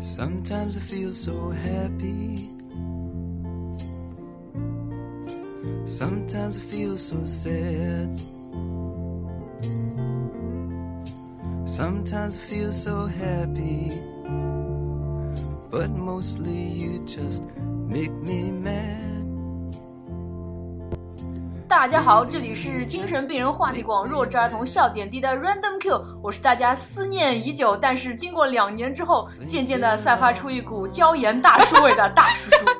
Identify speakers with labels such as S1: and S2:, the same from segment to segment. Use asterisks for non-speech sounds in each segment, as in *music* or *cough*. S1: Sometimes I feel so happy. Sometimes I feel so sad. Sometimes I feel so happy. But mostly you just make me mad.
S2: 大家好，这里是精神病人话题广弱智儿童笑点低的 Random Q，我是大家思念已久，但是经过两年之后，渐渐的散发出一股椒盐大叔味的大叔
S3: *laughs*
S2: 叔。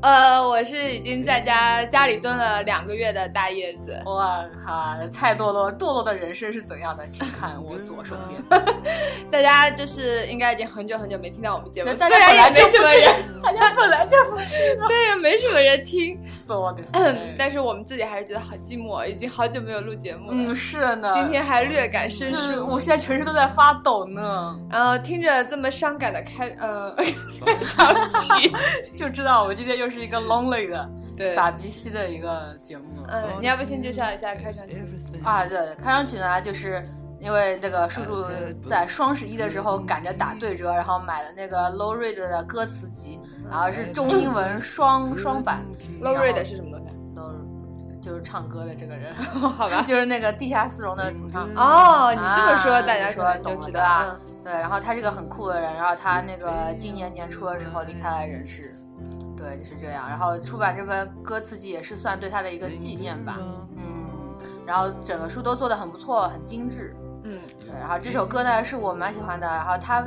S3: 呃，我是已经在家家里蹲了两个月的大叶子。
S2: 哇哈，蔡堕落堕落的人生是怎样的？请看我左手边。
S3: *laughs* 大家就是应该已经很久很久没听到我们节目，
S2: 那
S3: 虽
S2: 大家本来
S3: 然也
S2: 就
S3: 没什
S2: 不
S3: 么
S2: 是 *laughs*
S3: 人，，
S2: 大家本来就不是
S3: 虽然也没什么人听，
S2: *laughs* そうです
S3: 嗯
S2: ね。
S3: 但是我们自己还是觉得好寂寞，已经好久没有录节目了。
S2: 嗯，是的呢。
S3: 今天还略感生
S2: 就是
S3: 疏，
S2: 我现在全身都在发抖呢，
S3: 然后听着这么伤感的开
S2: *laughs*
S3: 呃开场曲，
S2: 就知道我今天又是一个 lonely 的
S3: 对，
S2: 傻逼兮的一个节目了。
S3: 嗯， *laughs* 你要不先介绍一下开场曲？
S1: Everything.
S2: 啊，对，看上去呢，就是因为那个叔叔在双十一的时候赶着打对折，然后买了那个 Low Reed 的歌词集，然后是中英文双双版
S3: low rate 是什么东西？
S2: ，Low 就是唱歌的这个人，
S3: *laughs* 好吧。
S2: *laughs* 就是那个地下丝绒的主唱。
S3: 哦，你这么说，
S2: 啊
S3: 大家
S2: 你
S3: 可
S2: 说
S3: 能
S2: 懂
S3: 就
S2: 了
S3: 知
S2: 对
S3: 道
S2: 吧
S3: 嗯
S2: 对，然后他是个很酷的人，然后他那个今年年初的时候离开了人世，对，就是这样。然后出版这本歌词集也是算对他的一个纪念吧，嗯，然后整个书都做的很不错，很精致，
S3: 嗯，
S2: 对，然后这首歌呢是我蛮喜欢的，然后它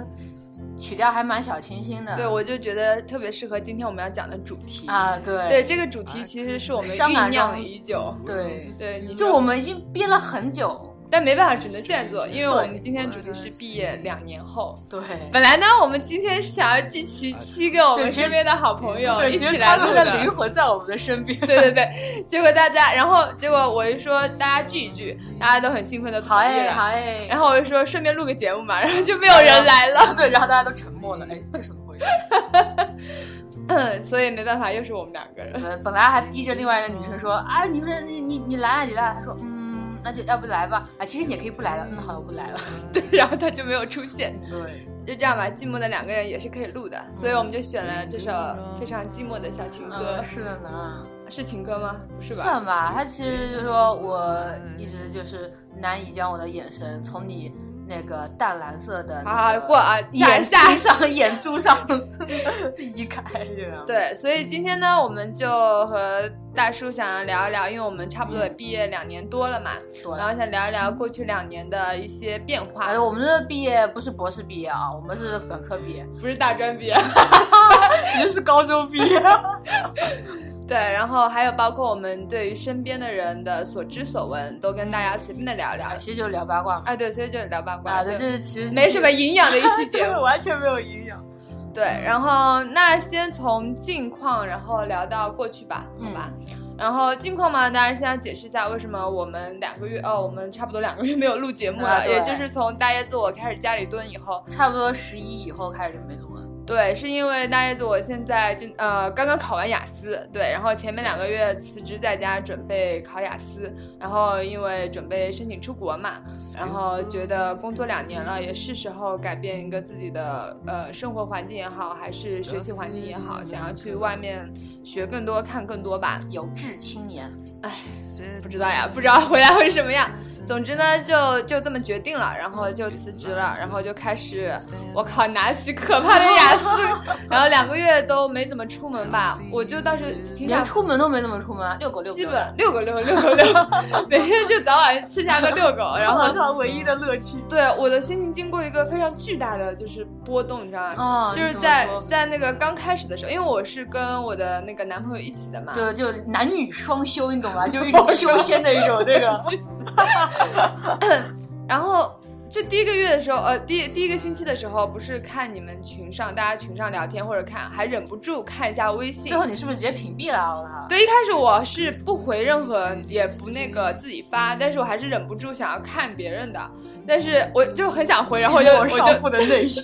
S2: 曲调还蛮小清新的，
S3: 嗯对，我就觉得特别适合今天我们要讲的主题。
S2: 啊，对
S3: 对，这个主题其实是我们
S2: 伤感
S3: 酝酿了
S2: 中
S3: 已久。
S2: 对，
S3: 对，你
S2: 就
S3: 说
S2: 我，们已经憋了很久，
S3: 但没办法，只能现在做，因为我
S2: 对
S3: 们今天主题是毕业两年后。
S2: 对，
S3: 本来呢，我们今天是想要聚齐七个我
S2: 对哎
S3: 们
S2: 其实嗯
S3: 身边的好朋友
S2: 对，
S3: 一
S2: 其
S3: 起
S2: 实
S3: 来
S2: 他
S3: 录
S2: 们的灵魂在我们的身边。
S3: 对对对，结果大家，然后结果我一说大家聚一聚，大家都很兴奋的同
S2: *laughs* 好
S3: 意
S2: 哎，好
S3: 了。
S2: 哎，
S3: 然后我就说顺便录个节目嘛，然后就没有人来了，
S2: *laughs* 对，然后大家都沉默了，哎，这是怎么回事？
S3: 嗯所以没办法，又是我们两个人。
S2: 呃，本来还逼着另外一个女生说，啊，你说你你你来啊，你来啊，她说，嗯，那就要不来吧，啊，其实你也可以不来了，嗯，好，我不来了。
S3: 对，然后他就没有出现。
S2: 对，
S3: 就这样吧，寂寞的两个人也是可以录的，所以我们就选了这首非常寂寞的小情歌
S2: 嗯，，是的呢，
S3: 是情歌吗？不是吧？
S2: 嗯算吧，他其实就说我一直就是难以将我的眼神从你那个淡蓝色的那
S3: 啊，
S2: 个
S3: 过啊，下
S2: 眼
S3: 下
S2: 睛上眼珠上 *laughs* 移开，这样，
S3: 对，所以今天呢，我们就和大叔想要聊一聊，因为我们差不多也毕业两年多了嘛，
S2: 多
S3: 然
S2: 了。
S3: 后想聊一聊过去两年的一些变化
S2: 哎，，我们这毕业不是博士毕业啊，我们是本科毕业，
S3: 不是大专毕业，
S2: *laughs* 其实是高中毕业。
S3: *laughs* 对，然后还有包括我们对于身边的人的所知所闻，都跟大家随便的聊一聊
S2: 啊，。其实就是聊八卦嘛。
S3: 嗯啊，对，所以就聊八卦，
S2: 啊，对，
S3: 就
S2: 这是其实
S3: 没什么营养的一期节
S2: 节
S3: 目 *laughs*
S2: 目，。完全没有营养。
S3: 对，然后那先从近况，然后聊到过去吧，好吧？
S2: 嗯
S3: 然后近况嘛，当然先要解释一下为什么我们两个月，哦，我们差不多两个月没有录节目了，
S2: 啊对
S3: 也就是从大叶子我开始家里蹲以后，
S2: *laughs* 差不多十一以后开始就没录了。
S3: 对，是因为大叶子我现在就呃刚刚考完雅思，对，然后前面两个月辞职在家准备考雅思，然后因为准备申请出国嘛，然后觉得工作两年了，也是时候改变一个自己的呃生活环境也好，还是学习环境也好，想要去外面学更多、看更多吧。
S2: 有志青年，
S3: 不知道呀，不知道回来会是什么样。总之呢，就就这么决定了，然后就辞职了，然后就开始，我靠， *laughs* 拿起可怕的雅思，然后两个月都没怎么出门吧，我就当时挺
S2: 连
S3: 想。
S2: 出门都没怎么出门，啊遛狗遛狗。
S3: 基
S2: *laughs*
S3: 本遛狗遛狗遛狗遛狗， *laughs* 每天就早晚吃下个遛狗，然
S2: *laughs*
S3: 后
S2: 他唯一的乐趣。
S3: 对我的心情经过一个非常巨大的就是波动，你知道吗？
S2: 哦，
S3: 就是
S2: 你怎么
S3: 在
S2: 说
S3: 在那个刚开始的时候，因为我是跟我的那个男朋友一起的嘛，
S2: 对，就男女双修，你懂吧？就是一种修仙的一
S3: *laughs*
S2: 种那个。
S3: 然后就第一个月的时候，呃，第第一个星期的时候，不是看你们群上大家群上聊天或者看，还忍不住看一下微信
S2: 最。后你是不是直接屏蔽了啊我操？
S3: 对，一开始我是不回任何，也不那个自己发，但是我还是忍不住想要看别人的，但是我就很想回，然后我就我就
S2: 妇的内
S3: *laughs*
S2: 心。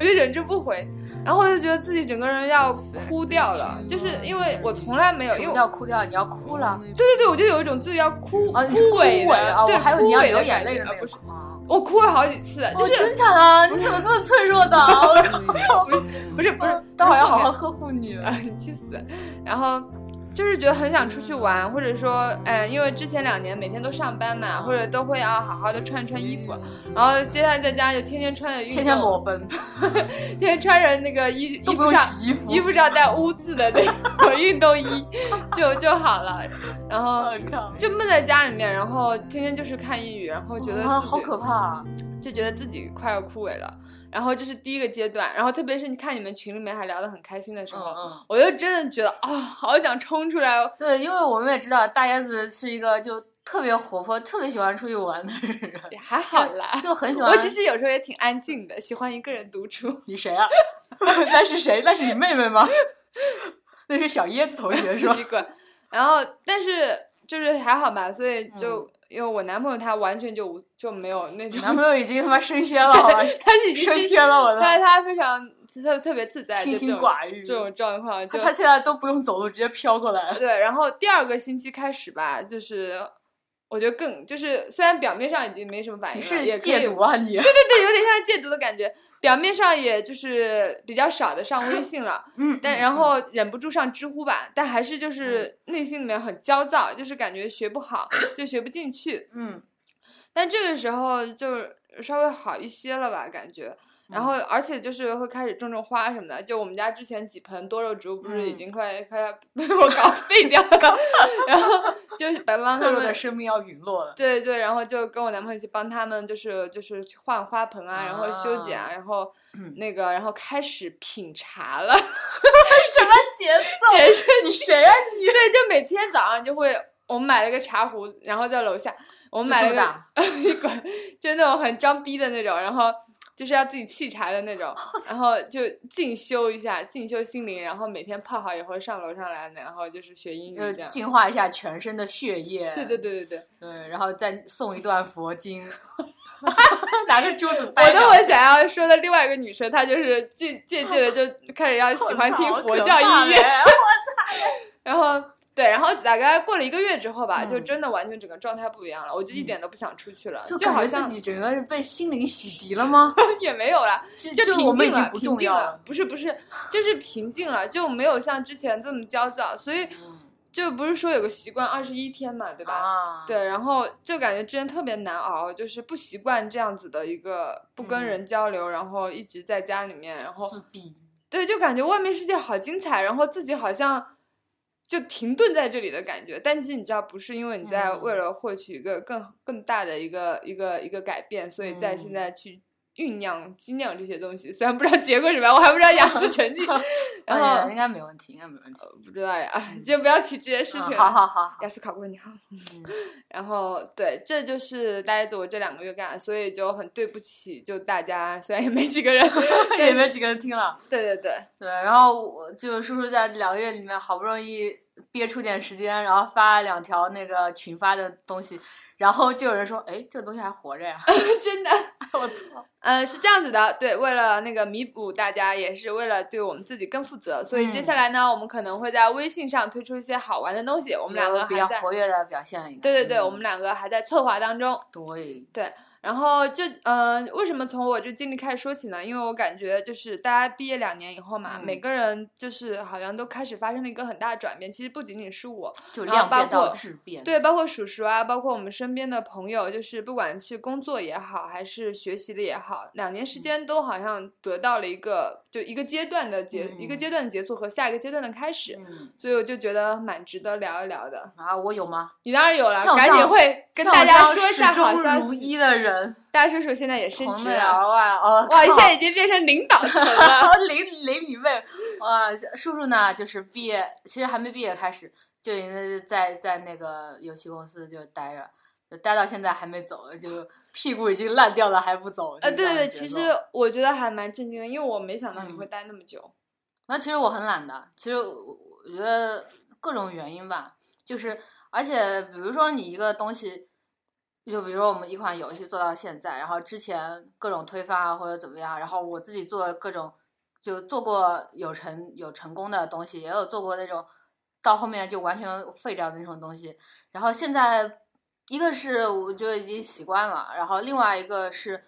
S3: 我就忍住不回，然后我就觉得自己整个人要哭掉了，就是因为我从来没
S2: *laughs*
S3: 有，
S2: 什
S3: 因
S2: 么
S3: 为
S2: 叫哭掉？你要哭了
S3: 对对对，我就有一种自己要哭
S2: 啊？你是
S3: 枯
S2: 哭
S3: 萎
S2: 萎
S3: 的，
S2: 啊？
S3: 对，
S2: 我还有你
S3: 枯
S2: 要
S3: 萎
S2: 流
S3: 的
S2: 眼
S3: 感
S2: 泪的
S3: 觉
S2: 那
S3: 不
S2: 个
S3: 是。 *laughs*
S2: 啊
S3: 我哭了好几次，就
S2: 哦，
S3: 是
S2: 真假的？你怎么这么脆弱的？啊我靠！
S3: 不是不是，
S2: 待嗯会儿要
S3: 后
S2: 好
S3: 面
S2: 好呵护你
S3: *laughs*
S2: 了。
S3: 啊，你去死！然后就是觉得很想出去玩，或者说，嗯、因为之前两年每天都上班嘛，或者都会要好好的穿穿衣服，然后接下来在家就天天穿着运动，
S2: 天天裸奔，
S3: 天天穿着那个衣
S2: 都不
S3: 衣服
S2: 用
S3: 上
S2: 洗衣服。
S3: 衣服上带污渍的那
S2: *laughs*
S3: 种运动衣就就好了，然后。
S2: 我靠！
S3: 就闷在家里面，然后天天就是看英语，然后觉得嗯
S2: 啊，
S3: 自己
S2: 好可怕啊！
S3: 就觉得自己快要枯萎了。然后这是第一个阶段，然后特别是你看你们群里面还聊得很开心的时
S2: 嗯
S3: 候，
S2: 嗯。
S3: 我就真的觉得啊、好想冲出来，哦
S2: 对，因为我们也知道大椰子是一个就特别活泼、特别喜欢出去玩的人，
S3: 也还好啦。
S2: 就很喜欢。
S3: 我其实有时候也挺安静的，喜欢一个人独处。
S2: 你谁啊？ *laughs* 那是谁？那是你妹妹吗？ *laughs* 那是小椰子同学
S3: *laughs*
S2: 是吧？
S3: 你滚！然后，但是就是还好吧，所以就、因为我男朋友他完全就无就没有那种，
S2: 嗯男朋友已经他妈升仙了，好吧？
S3: *laughs* 他是已经
S2: 升
S3: 是
S2: 天了，我的
S3: 他他非常特特别自在，
S2: 清
S3: 就这
S2: 心
S3: 种
S2: 寡欲。
S3: 这种状况
S2: 他
S3: 就
S2: 他现在都不用走路，直接飘过来了。
S3: 对，然后第二个星期开始吧，就是我觉得更就是虽然表面上已经没什么反
S2: 你
S3: 应了，
S2: 是
S3: 也可
S2: 戒
S3: 以
S2: 毒啊你？
S3: 对对对，有点像戒毒的感觉。表面上也就是比较少的上微
S2: *laughs*
S3: 信了，
S2: 嗯
S3: 但然后忍不住上知乎吧，但还是就是内心里面很焦躁，就是感觉学不好，就学不进去。
S2: 嗯，
S3: 但这个时候就是稍微好一些了吧，感觉。然
S2: 嗯
S3: 后，而且就是会开始种种花什么的。就我们家之前几盆多肉植物不是已
S2: 嗯
S3: 经快、快要被我搞废掉了， *laughs* 然后就是白帮
S2: 脆
S3: 他
S2: 弱
S3: 们
S2: 的生命要陨
S3: *laughs*
S2: 落了。
S3: 对对，然后就跟我男朋友一起帮他们，就是就是去换花盆啊，然后修剪啊，
S2: 啊
S3: 然后
S2: 嗯
S3: 那个，然后开始品茶了， *laughs*
S2: 什么节奏？
S3: 也是
S2: 你谁啊你？
S3: *laughs* 对，就每天早上就会，我们买了个茶壶，然后在楼下，我们买
S2: 就
S3: 了
S2: 这么大
S3: 个， *laughs* 你滚，就那种很装逼的那种，然后就是要自己沏茶的那
S2: *laughs*
S3: 种，然后就进修一下，进修心灵，然后每天泡好以后上楼上来，然后就是学英语
S2: 就
S3: 这样。
S2: 净化一下全身的血液。
S3: 对对对对对，
S2: 对，然后再诵一段佛经，
S3: *laughs*
S2: *laughs* 拿个珠子
S3: 我
S2: 掰
S3: 都
S2: 上
S3: 我想要说的另外一个女生，她就是渐渐渐的就开始要喜欢听佛教音乐，。然后对，然后大概过了一个月之后吧，
S2: 嗯
S3: 就真的完全整个状态不一样了，我就一点都不想出去了，
S2: 就
S3: 就
S2: 感
S3: 好
S2: 觉
S3: 像
S2: 自己整个人被心灵洗涤了
S3: *laughs*
S2: 吗？
S3: 也没有了，
S2: 就
S3: 就
S2: 我
S3: 平
S2: 们已
S3: 静
S2: 经
S3: 了，
S2: 不
S3: 平
S2: 重
S3: 静
S2: 要
S3: 了，。不是不是，就是平静了，就没有像之前这么焦躁，所以就不是说有个习惯二十一天嘛，对吧？
S2: 啊，，
S3: 对，然后就感觉之前特别难熬，就是不习惯这样子的一个不跟
S2: 嗯
S3: 人交流，然后一直在家里面，然后
S2: 自闭。
S3: 对，就感觉外面世界好精彩，然后自己好像就停顿在这里的感觉。但其实你知道，不是因为你在为
S2: 嗯
S3: 了获取一个更更大的一个一个一个改变，所以在现
S2: 嗯
S3: 在去酝酿、激酿这些东西。虽然不知道结果什么样，我还不知道雅思
S2: *laughs*
S3: 成绩，
S2: 哎
S3: 然
S2: 呀
S3: 后
S2: 应该没问题，应该没问题。
S3: 不知道呀，哎就不要提这些事情
S2: 嗯
S3: 了。
S2: 好好好好，
S3: 雅思考过你好。 *laughs*
S2: 嗯
S3: 然后对，这就是大家子我这两个月干，所以就很对不起，就大家虽然也没
S2: *laughs*
S3: 几个人，
S2: *laughs* 也没有几个人听了。
S3: 对对 *laughs* 对，
S2: 对，然后我就叔叔在两个月里面好不容易憋出点时间，然后发了两条那个群发的东西，然后就有人说：“哎，这个东西还活着呀 *laughs*
S3: 真的，！”
S2: 我操，
S3: 呃，是这样子的，对，为了那个弥补大家，也是为了对我们自己更负责，所以接
S2: 嗯
S3: 下来呢，我们可能会在微信上推出一些好玩的东西，我
S2: 我
S3: 们两个
S2: 比较
S3: 还在，
S2: 活跃的表现了应该。
S3: 对对对，
S2: 嗯
S3: 我们两个还在策划当中。
S2: 对，
S3: 然后这，呃，为什么从我这经历开始说起呢？因为我感觉就是大家毕业两年以后嘛，每
S2: 嗯
S3: 个人就是好像都开始发生了一个很大的转变。其实不仅仅是我，
S2: 就
S3: 然后
S2: 量
S3: 包
S2: 变到
S3: 括
S2: 质变。
S3: 对，包括叔叔啊，包括我们身边的朋友，就是不管是工作也好，还是学习的也好，两年
S2: 嗯
S3: 时间都好像得到了一个就一个阶段的结、一个
S2: 嗯
S3: 阶段的结束和下一个阶段的开始，
S2: 嗯，
S3: 所以我就觉得蛮值得聊一聊的。
S2: 啊，我有吗？
S3: 你当然有了，
S2: 向
S3: 赶紧
S2: 上
S3: 会跟大家说一下好消
S2: 如
S3: 息。
S2: 一的人，
S3: 大叔叔现在也升
S2: 从
S3: 职
S2: 内
S3: 了，
S2: 而 *laughs* 外，哦，靠
S3: 哇，现在已经变成领导
S2: *laughs*
S3: 层了。
S2: 邻邻里妹，哇，叔叔呢，就是毕业，其实还没毕业开始，就已经在在那个游戏公司就待着，就待到现在还没走，就屁股已经烂掉了还不走。
S3: 呃，
S2: 就这
S3: 对对
S2: 样
S3: 对，
S2: 的节
S3: 其实
S2: 奏
S3: 我觉得还蛮震惊的，因为我没想到你
S2: 嗯
S3: 会待那么久。
S2: 那其实我很懒的，其实我我觉得各种原因吧，就是而且比如说你一个东西，就比如说我们一款游戏做到现在，然后之前各种推翻啊或者怎么样，然后我自己做各种，就做过有成有成功的东西，也有做过那种到后面就完全废掉的那种东西，然后现在一个是我就已经习惯了，然后另外一个是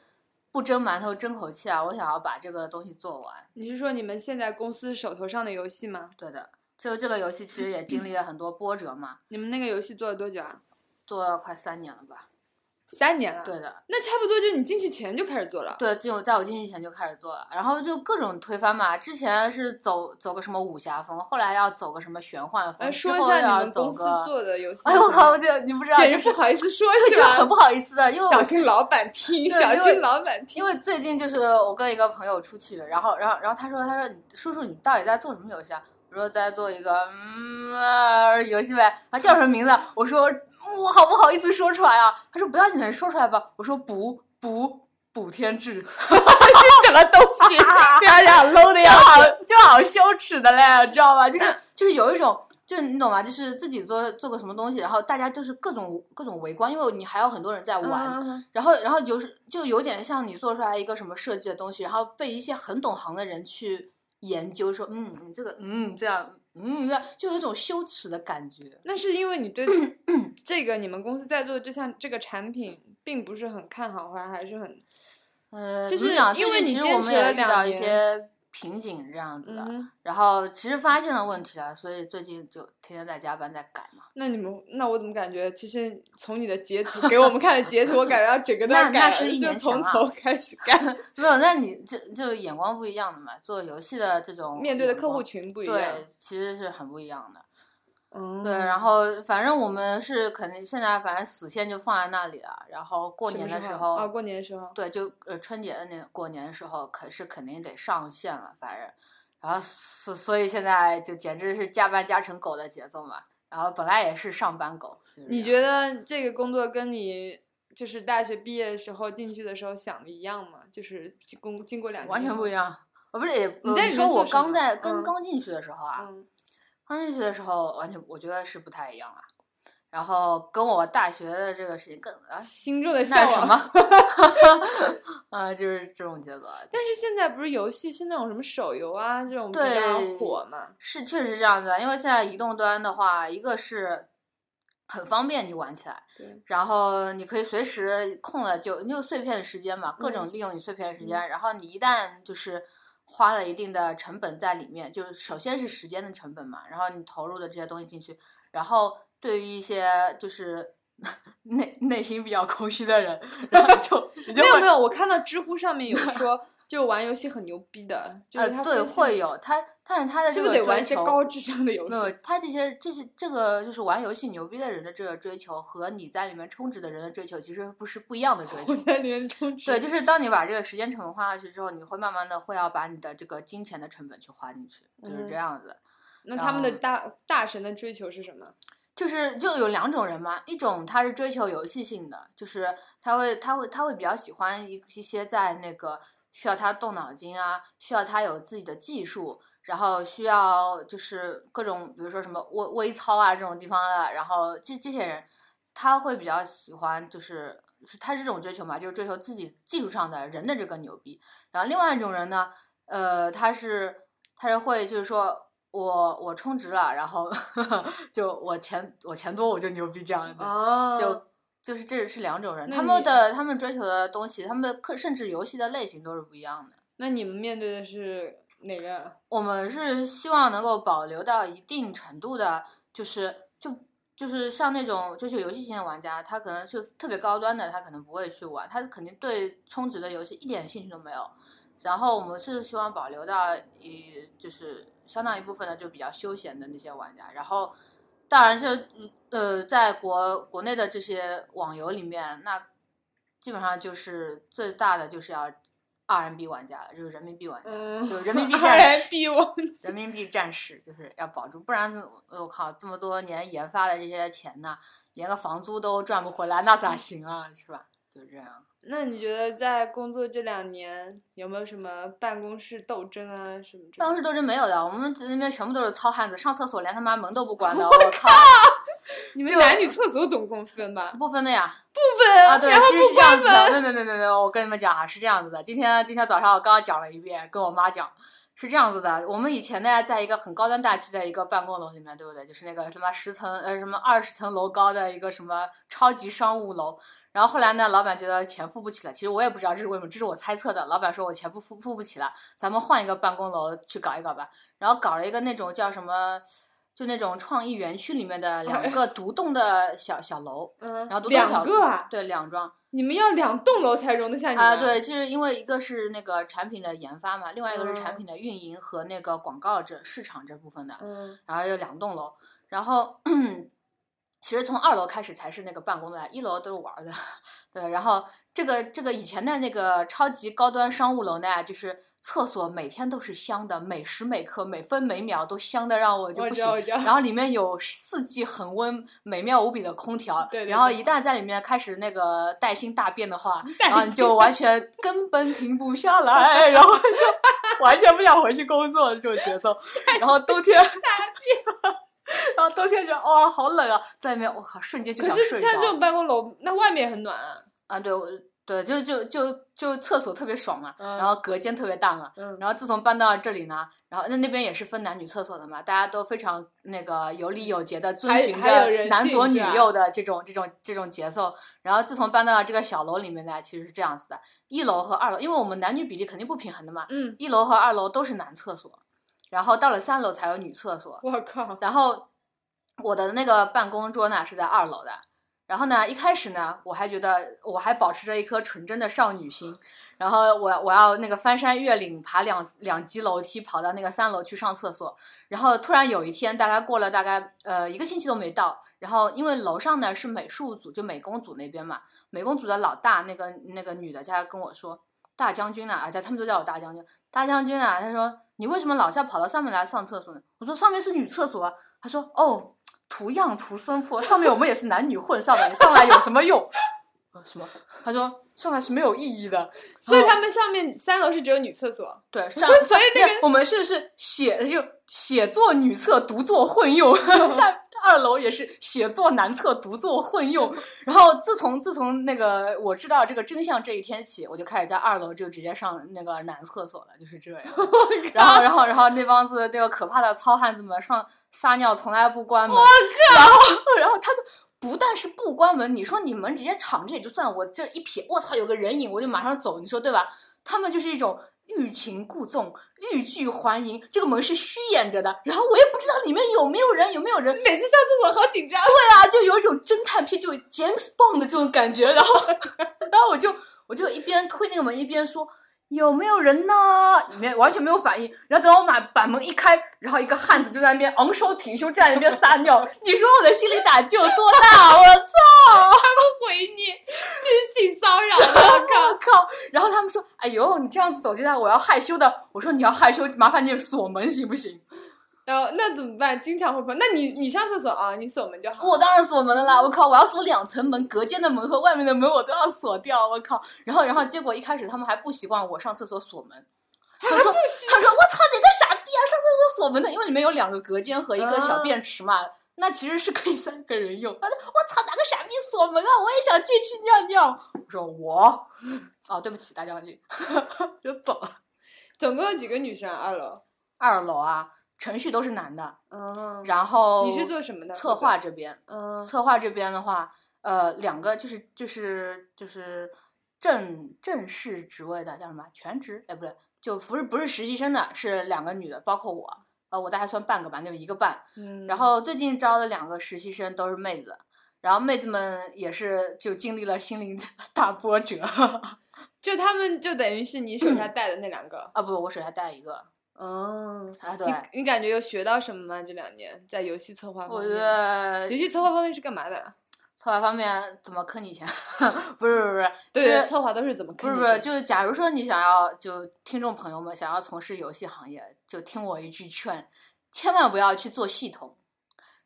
S2: 不蒸馒头争口气啊，我想要把这个东西做完。
S3: 你是说你们现在公司手头上的游戏吗？
S2: 对的，就这个游戏其实也经历了很多波折嘛，
S3: 你们那个游戏做了多久啊？
S2: 做了快三年了吧？
S3: 三年了。
S2: 对，的，
S3: 那差不多就你进去前就开始做了。
S2: 对，就在我进去前就开始做了，然后就各种推翻嘛。之前是走走个什么武侠风，后来要走个什么玄幻风，
S3: 哎，
S2: 之
S3: 说
S2: 后
S3: 一
S2: 又
S3: 下
S2: 要
S3: 你们
S2: 走
S3: 公司
S2: 个。
S3: 做的游戏。
S2: *laughs* 哎呦我靠！，我这你不知道，
S3: 简
S2: 就
S3: 直
S2: 是
S3: 不好意思啊说，
S2: *laughs* 对，
S3: 是
S2: 就很
S3: 吧？
S2: 不好意思的，因为
S3: 小
S2: 我
S3: 心老板听，
S2: 对
S3: 小
S2: 因为
S3: 心老板听。
S2: 因为最近就是我跟一个朋友出去，然后，然后，然后他说，他说，你叔叔，你到底在做什么游戏啊？我说在做一个嗯、呃、游戏呗。他叫什么名字？啊我说我好不好意思说出来啊？他说不要紧的，说出来吧。我说补补补天志，
S3: 什么东西？ *laughs* 大家 low
S2: *laughs*
S3: 的
S2: 就
S3: 要死。
S2: 好就好羞耻的嘞，你知道吧？就是就是有一种。就是你懂吗？就是自己做做个什么东西，然后大家就是各种各种围观，因为你还有很多人在玩，
S3: 啊
S2: 然后，然后就是就有点像你做出来一个什么设计的东西，然后被一些很懂行的人去研究说，嗯，你这个，嗯，这样，嗯，这样，就有一种羞耻的感觉。
S3: 那是因为你对
S2: 嗯
S3: 这个你们公司在做的这项这个产品并不是很看好，还还是很
S2: 呃，
S3: 就
S2: 怎么
S3: 是
S2: 讲
S3: 因
S2: 最
S3: 为
S2: 近
S3: 你
S2: 其实
S3: 坚
S2: 我们
S3: 持了
S2: 也遇
S3: 两
S2: 到一
S3: 年
S2: 些瓶颈这样子的，
S3: 嗯。
S2: 然后其实发现了问题了，所以最近就天天在加班在改嘛。
S3: 那你们，那我怎么感觉，其实从你的截图给我们看的截图，我感觉要整个都
S2: 那
S3: 要
S2: 那
S3: 改
S2: 是
S3: 了
S2: 一
S3: 就
S2: 年
S3: 从
S2: 前啊
S3: 头 *laughs* 开始干。
S2: 没有，那你这就眼光不一样的嘛，做游戏的这种
S3: 面对的
S2: 眼
S3: 客户
S2: 光
S3: 群不一样
S2: 对，，其实是很不一样的。
S3: 嗯，
S2: 对，然后反正我们是肯定现在反正死线就放在那里了，然后过
S3: 什
S2: 年
S3: 么
S2: 的
S3: 时
S2: 时
S3: 啊，
S2: 候，
S3: 过年的时候，
S2: 对，就呃春节的那过年的时候，可是肯定得上线了，反正，然后所所以现在就简直是加班加成狗的节奏嘛，然后本来也是上班狗，就是
S3: 你
S2: 这样
S3: 觉得这个工作跟你就是大学毕业的时候进去的时候想的一样吗？就是经过经过两年，
S2: 完全不一
S3: 样。
S2: 样？呃，不是，也
S3: 你在里
S2: 呃说
S3: 面做
S2: 我
S3: 什
S2: 刚
S3: 么
S2: 在
S3: 嗯
S2: 跟刚进去的时候啊，
S3: 嗯，
S2: 刚进去的时候完全我觉得是不太一样了，然后跟我大学的这个事情更啊
S3: 心中的向
S2: 那
S3: 往。
S2: 什？么？
S3: *laughs*
S2: *laughs* 啊，就是这种结果。
S3: 但是现在不是游戏是那种什么手游啊这种比较
S2: 对
S3: 火嘛？
S2: 是确实是这样子啊的，因为现在移动端的话，一个是很方便你玩起来，
S3: 对，
S2: 然后你可以随时空了就你有碎片的时间嘛，各
S3: 嗯
S2: 种利用你碎片的时间，然后你一旦就是。花了一定的成本在里面，就是首先是时间的成本嘛，然后你投入的这些东西进去，然后对于一些就是 *laughs* 内内心比较空虚的人，然后就你就
S3: 没有
S2: 会
S3: 没有，我看到知乎上面有说，就玩游戏很牛逼的，就是他
S2: 呃，对，
S3: 分析
S2: 会有他，但是他的
S3: 是
S2: 这
S3: 不
S2: 个
S3: 是得
S2: 追
S3: 玩一些
S2: 求
S3: 高智商的游
S2: 没有
S3: 戏？
S2: 他这些这些这个就是玩游戏牛逼的人的这个追求和你在里面充值的人的追求其实不是不一样的追
S3: 我
S2: 求。
S3: 在里
S2: *laughs*
S3: 面充值。
S2: 对，就是当你把这个时间成本花下去之后，你会慢慢的会要把你的这个金钱的成本去花进去，就是这
S3: 嗯
S2: 样子。
S3: 那他们的
S2: 然后
S3: 大大神的追求是什么？
S2: 就是就有两种人嘛，一种他是追求游戏性的，就是他会他会他会比较喜欢一一些在那个需要他动脑筋啊，需要他有自己的技术，然后需要就是各种比如说什么微微操啊这种地方的，然后这这些人他会比较喜欢就是。是他是这种追求嘛，就是追求自己技术上的人的这个牛逼。然后另外一种人呢，呃，他是他是会就是说我我充值了，然后 *laughs* 就我钱我钱多我就牛逼这样子，
S3: 哦
S2: 就就是这是两种人，
S3: 那
S2: 他
S3: 你
S2: 们的他们追求的东西，他们的课甚至游戏的类型都是不一样的。
S3: 那你们面对的是哪个？
S2: 我们是希望能够保留到一定程度的，就是就就是像那种追求游戏型的玩家，他可能是特别高端的，他可能不会去玩，他肯定对充值的游戏一点兴趣都没有。然后我们是希望保留到一就是相当一部分的就比较休闲的那些玩家，然后当然是呃，在国国内的这些网游里面，那基本上就是最大的就是要 RMB 玩家了，就是人民币玩家。
S3: 嗯，
S2: 就人民
S3: *laughs*
S2: 币战
S3: 人
S2: 士
S3: 民币我 *laughs*
S2: 人民币战士就是要保住，不然我我靠，这么多年研发的这些钱呐，连个房租都赚不回来，那咋行啊？是吧？就这样。
S3: 那你觉得在工作这两年有没有什么办公室斗争啊什么之类的？
S2: 办公室斗争没有的，我们这边全部都是糙汉子，上厕所连他妈门都不关的，我靠，
S3: 你们
S2: 就
S3: 男女厕所总共分吧？
S2: 不分的呀。
S3: 不分
S2: 啊，对，
S3: 然后
S2: 其实是
S3: 不
S2: 这样
S3: 关
S2: 子
S3: 门。
S2: 的，没没没没没，我跟你们讲啊，是这样子的。今天今天早上我刚刚讲了一遍，跟我妈讲，是这样子的，我们以前呢，在一个很高端大气的一个办公楼里面，对不对？就是那个什么十层呃什么二十层楼高的一个什么超级商务楼。然后后来呢，老板觉得钱付不起了，其实我也不知道这是为什么，这是我猜测的。老板说我钱不付付不起了，咱们换一个办公楼去搞一搞吧。然后搞了一个那种叫什么，就那种创意园区里面的
S3: 哎
S2: 两个独栋的小小楼，
S3: 嗯，
S2: 然后独栋小
S3: 两个啊，
S2: 对，两幢。
S3: 你们要两栋楼才容得下你们
S2: 啊，，对，就是因为一个是那个产品的研发嘛，另外一个是产
S3: 嗯
S2: 品的运营和那个广告这市场这部分的，
S3: 嗯
S2: 然后有两栋楼，然后 *clears throat* 其实从二楼开始才是那个办公的，一楼都是玩儿的， *laughs* 对，然后这个这个以前的那个超级高端商务楼呢，就是厕所每天都是香的，每时每刻每分每秒都香的让我就
S3: 我
S2: 不
S3: 知
S2: 行
S3: 道，我知道
S2: 然后里面有四季恒温、美妙无比的空调，
S3: 对对
S2: 然后
S3: 对
S2: 一旦在里面开始那个带薪大便的话，
S3: *laughs* 带
S2: 然后你就完全根本停不下
S3: *laughs*
S2: 来，然后就完全不想回去工作这种节奏。然后冬天，然后冬天就哇、好冷啊，在里面我靠，瞬间就
S3: 可
S2: 想
S3: 是
S2: 睡着
S3: 像这。种办公楼，那外面也很暖啊，
S2: 啊，对我对，就就就就厕所特别爽嘛，
S3: 嗯
S2: 然后隔间特别大嘛，
S3: 嗯，
S2: 然后自从搬到这里呢，然后那那边也是分男女厕所的嘛，大家都非常那个有礼有节的遵
S3: 还
S2: 循
S3: 还有
S2: 着
S3: 人
S2: 男
S3: 性
S2: 左
S3: 是
S2: 女
S3: 吧
S2: 右的这种这种这种节奏。然后自从搬到这个小楼里面呢，其实是这样子的，一楼和二楼，因为我们男女比例肯定不平衡的嘛，
S3: 嗯，
S2: 一楼和二楼都是男厕所，然后到了三楼才有女厕所，
S3: 我靠，
S2: 然后我的那个办公桌呢是在二楼的。然后呢，一开始呢，我还觉得我还保持着一颗纯真的少女心，然后我我要那个翻山越岭，爬两两级楼梯，跑到那个三楼去上厕所。然后突然有一天，大概过了大概呃一个星期都没到，然后因为楼上呢是美术组，就美工组那边嘛，美工组的老大那个那个女的，她跟我说，大将军啊，啊，他们都叫我大将军，大将军啊，他说你为什么老是要跑到上面来上厕所呢？我说上面是女厕所啊，他说哦，图样图森破，上面我们也是男女混上的，你上来有什么用？ *laughs* 我说什么？他说上来是没有意义的，
S3: 所以
S2: 然后
S3: 他们上面三楼是只有女厕所，
S2: 对上
S3: *laughs* 所以那
S2: 对，我们是是写就写作女厕独坐混用， *laughs*
S3: *laughs*
S2: 上二楼也是写作男厕独坐混用。然后自从自从那个我知道这个真相这一天起，我就开始在二楼就直接上那个男厕所了，就是
S3: *laughs*
S2: 这样。然后然后然后那帮子那个可怕的糙汉子们上撒尿从来不关门，我靠！然后 *laughs* 然后他们。不但是不关门，你说你们直接敞着也就算了，我这一瞥，我操，有个人影，我就马上走，你说对吧？他们就是一种欲擒故纵、欲拒还迎。这个门是虚掩着的，然后我也不知道里面有没有人，有没有人。
S3: 每次上厕所好紧张，
S2: 啊，就有一种侦探片，就 James Bond 的这种感觉。然后， *laughs* 然后我就我就一边推那个门，一边说。有没有人呢？里面完全没有反应。然后等我把把门一开，然后一个汉子就在那边昂首挺胸站在那边撒尿。 *laughs* 你说我的心理打击有多大？啊我
S3: 回你，这是性骚扰，我靠，
S2: 我靠！啊然后他们说：“哎呦，你这样子走进来，我要害羞的。”我说：“你要害羞，麻烦你锁门行不行？”
S3: 然后那怎么办？经常会碰，那你你上厕所啊，你锁门就好，
S2: 我当然锁门了啦！我靠，我要锁两层门，隔间的门和外面的门我都要锁掉。我靠！然后，然后结果一开始他们还不习惯我上厕所锁门，他
S3: 还
S2: 说
S3: 啊不行，
S2: 他说我操哪个傻逼啊，上厕所锁门的，因为里面有两个隔间和一个小
S3: 啊
S2: 便池嘛。那其实是可以三个人用。他说：“我操，哪个傻逼锁门啊！我也想进去尿尿。”我说：“我，哦，对不起，大
S3: *laughs*
S2: 将军，就走了。
S3: 总共有几个女生啊？二楼，
S2: 二楼啊，程序都是男的，
S3: 嗯，
S2: 然后
S3: 你是做什么的？
S2: 策划，这边，
S3: 嗯，
S2: 策划这边的话，呃，两个就是就是就是正正式职位的叫什么全职？哎，不对，就不是不是实习生的，是两个女的，包括我，呃，我大概算半个吧，那就一个半。
S3: 嗯
S2: 然后最近招的两个实习生都是妹子，然后妹子们也是就经历了心灵大波折 *laughs* 啊
S3: 就他们就等于是你手
S2: *clears throat*
S3: 下带的那两个，
S2: 啊！不，我手下带一个
S3: 哦，
S2: 啊，对，
S3: 你你感觉有学到什么吗？这两年在游戏策划方
S2: 我
S3: 面，
S2: 觉得
S3: 游戏策划方面是干嘛的？啊
S2: 策划方面怎么坑你钱？ *laughs* 不是不是不是，
S3: 对
S2: 就是
S3: 对，策划都是怎么
S2: 不
S3: 坑
S2: 是
S3: 你
S2: 不
S3: 钱的？
S2: 是，就是假如说你想要，就听众朋友们想要从事游戏行业，就听我一句劝，千万不要去做系统。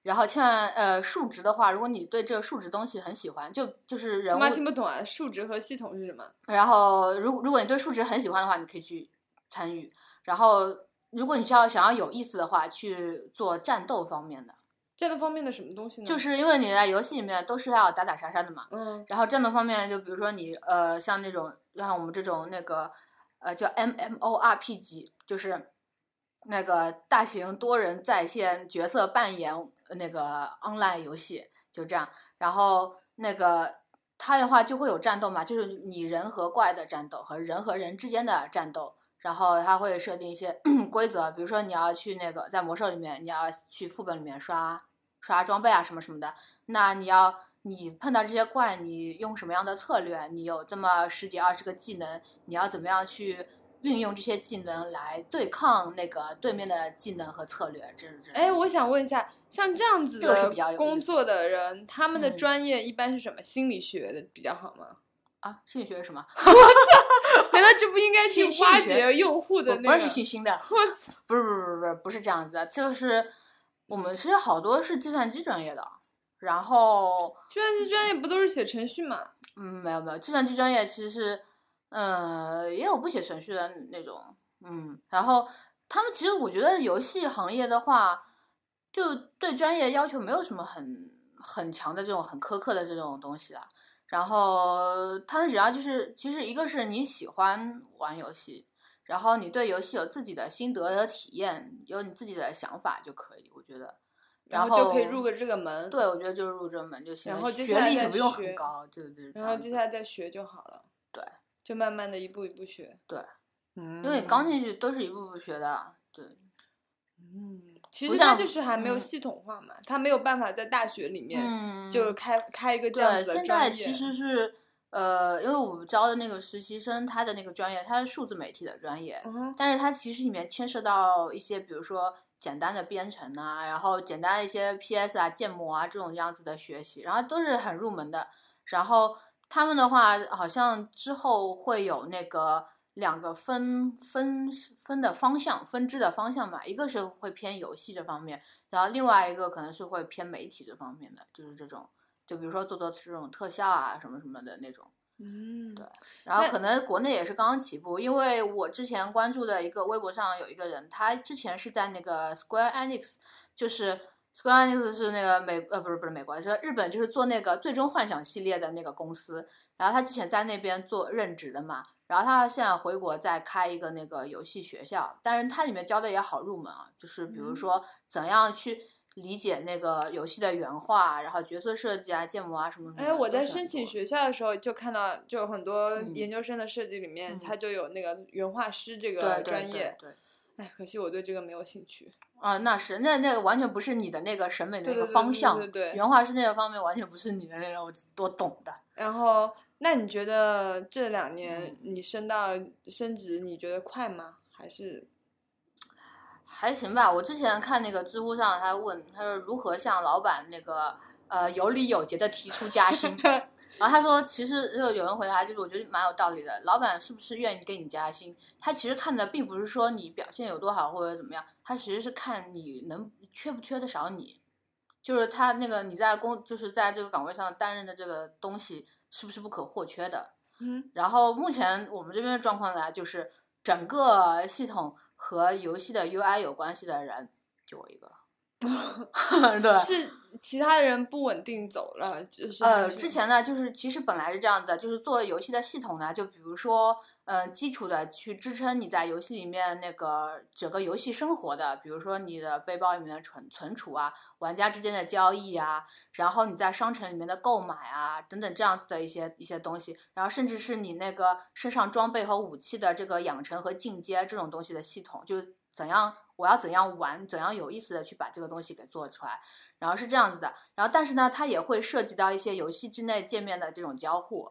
S2: 然后千万呃，数值的话，如果你对这个数值东西很喜欢，就就是人
S3: 他
S2: 物
S3: 妈听不懂啊！数值和系统是什么？
S2: 然后，如果如果你对数值很喜欢的话，你可以去参与。然后，如果你需要想要有意思的话，去做战斗方面的，
S3: 战斗方面的什么东西呢？
S2: 就是因为你在游戏里面都是要打打杀杀的嘛。
S3: 嗯
S2: 然后战斗方面，就比如说你呃，像那种像我们这种那个呃叫 M M O R P G，就是那个大型多人在线角色扮演呃那个 online 游戏，就这样。然后那个它的话就会有战斗嘛，就是你人和怪的战斗和人和人之间的战斗。然后它会设定一些 *clears throat* 规则，比如说你要去那个在魔兽里面，你要去副本里面刷刷装备啊什么什么的。那你要你碰到这些怪，你用什么样的策略？你有这么十几二十个技能，你要怎么样去运用这些技能来对抗那个对面的技能和策略？这是这。
S3: 哎，我想问一下，像这样子
S2: 这个是比较有
S3: 的
S2: 意
S3: 工
S2: 思
S3: 作的人，他们的
S2: 嗯
S3: 专业一般是什么？心理学的比较好吗？
S2: 啊，心理学是什么？ *laughs*
S3: 难道这不应该去
S2: 心心理
S3: 挖
S2: 学
S3: 掘用户的
S2: 不不
S3: 那个？
S2: 认识信心的，
S3: 我操
S2: 不是不是不是不是不是这样子的，就是我们是好多是计算机专业的，然后。
S3: 计算机专业不都是写程序吗？
S2: 嗯，没有没有，计算机专业其实是，呃，也有不写程序的那种，嗯，然后他们其实我觉得游戏行业的话，就对专业要求没有什么很很强的这种很苛刻的这种东西啊。然后他们只要就是，其实一个是你喜欢玩游戏，然后你对游戏有自己的心得和体验，有你自己的想法就可以，我觉得。
S3: 然
S2: 后
S3: 就可以入个这个门，
S2: 对，我觉得就是入这门就行了，
S3: 然后接
S2: 学
S3: 下来
S2: 历
S3: 再
S2: 也不用
S3: 学
S2: 很高，对对。
S3: 然后接下来再学就好了。
S2: 对，
S3: 就慢慢的一步一步学。
S2: 对，
S3: 嗯，
S2: 因为你刚进去都是一步步学的，对，
S3: 嗯，其
S2: 不
S3: 实它
S2: 像
S3: 就是还没有
S2: 嗯
S3: 系统化嘛，它没有办法在大学里面
S2: 嗯
S3: 就开开一个这样
S2: 对。
S3: 子的
S2: 现
S3: 专
S2: 在
S3: 业。
S2: 其实是呃，因为我们招的那个实习生，他的那个专业他是数字媒体的专业，
S3: 嗯哼，
S2: 但是它其实里面牵涉到一些，比如说简单的编程啊，然后简单的一些 PS 啊、建模啊这种样子的学习，然后都是很入门的。然后他们的话，好像之后会有那个两个分分分的方向、分支的方向吧，一个是会偏游戏这方面，然后另外一个可能是会偏媒体这方面的，就是这种，就比如说做做这种特效啊什么什么的那种。
S3: 嗯，
S2: 对然后
S3: 那
S2: 可能国内也是刚刚起步，因为我之前关注的一个微博上有一个人，他之前是在那个 Square Enix，就是 Square Enix 是那个美呃不是不是美国，是日本，就是做那个《最终幻想》系列的那个公司。然后他之前在那边做任职的嘛，然后他现在回国再开一个那个游戏学校，但是它里面教的也好入门啊，就是比如
S3: 嗯
S2: 说怎样去理解那个游戏的原画，然后角色设计啊、建模啊什么什么的。
S3: 哎，我
S2: 都
S3: 在
S2: 是很
S3: 申请
S2: 多
S3: 学校的时候就看到，就有很多
S2: 嗯
S3: 研究生的设计里面，
S2: 嗯
S3: 它就有那个原画师这
S2: 对
S3: 个
S2: 对对
S3: 专业。
S2: 对
S3: 哎，可惜我对这个没有兴趣。
S2: 啊，那是那那个完全不是你的那个审美的
S3: 对
S2: 那
S3: 对
S2: 个
S3: 对
S2: 方
S3: 对
S2: 向，
S3: 对对
S2: 原画师那个方面完全不是你的那个，我我懂的。
S3: 然后，那你觉得这两年
S2: 嗯
S3: 你升到升职，你觉得快吗？
S2: *laughs*
S3: 还是
S2: 还行吧，我之前看那个知乎上，他问他说如何向老板那个呃有礼有节的提出加薪，然后他说其实就有人回答，就是我觉得蛮有道理的，老板是不是愿意给你加薪，他其实看的并不是说你表现有多好或者怎么样，他其实是看你能缺不缺得少你，就是他那个你在工就是在这个岗位上担任的这个东西是不是不可或缺的，
S3: 嗯
S2: 然后目前我们这边的状况呢，就是整个系统和游戏的 UI 有关系的人就我一个， *laughs* 对。
S3: 是其他人不稳定走了？就是
S2: 呃，
S3: 还是
S2: 之前呢，就是其实本来是这样的，就是做游戏的系统呢，就比如说，呃，基础的去支撑你在游戏里面那个整个游戏生活的，比如说你的背包里面的存存储啊，玩家之间的交易啊，然后你在商城里面的购买啊，等等这样子的一些一些东西，然后甚至是你那个身上装备和武器的这个养成和进阶这种东西的系统，就是怎样我要怎样玩，怎样有意思的去把这个东西给做出来，然后是这样子的，然后但是呢，它也会涉及到一些游戏之内界面的这种交互。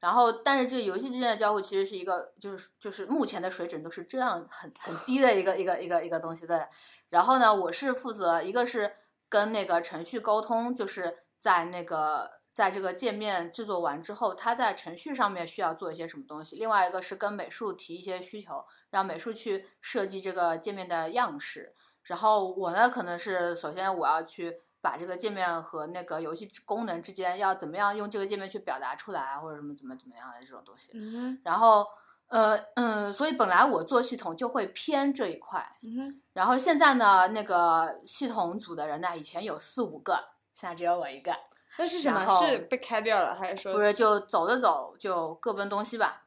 S2: 然后，但是这个游戏之间的交互其实是一个，就是就是目前的水准都是这样很很低的一个一个一个一个东西对。然后呢，我是负责一个是跟那个程序沟通，就是在那个在这个界面制作完之后，它在程序上面需要做一些什么东西；另外一个是跟美术提一些需求，让美术去设计这个界面的样式。然后我呢，可能是首先我要去把这个界面和那个游戏之功能之间要怎么样用这个界面去表达出来啊，或者什么怎么怎么样的这种东西。
S3: 嗯哼
S2: 然后，呃嗯，所以本来我做系统就会偏这一块，
S3: 嗯哼
S2: 然后现在呢，那个系统组的人呢，以前有四五个，现在只有我一个，
S3: 那是什
S2: 然
S3: 么？
S2: 后
S3: 是被开掉了，还是
S2: 不
S3: 说
S2: 是就走着走就各奔东西吧？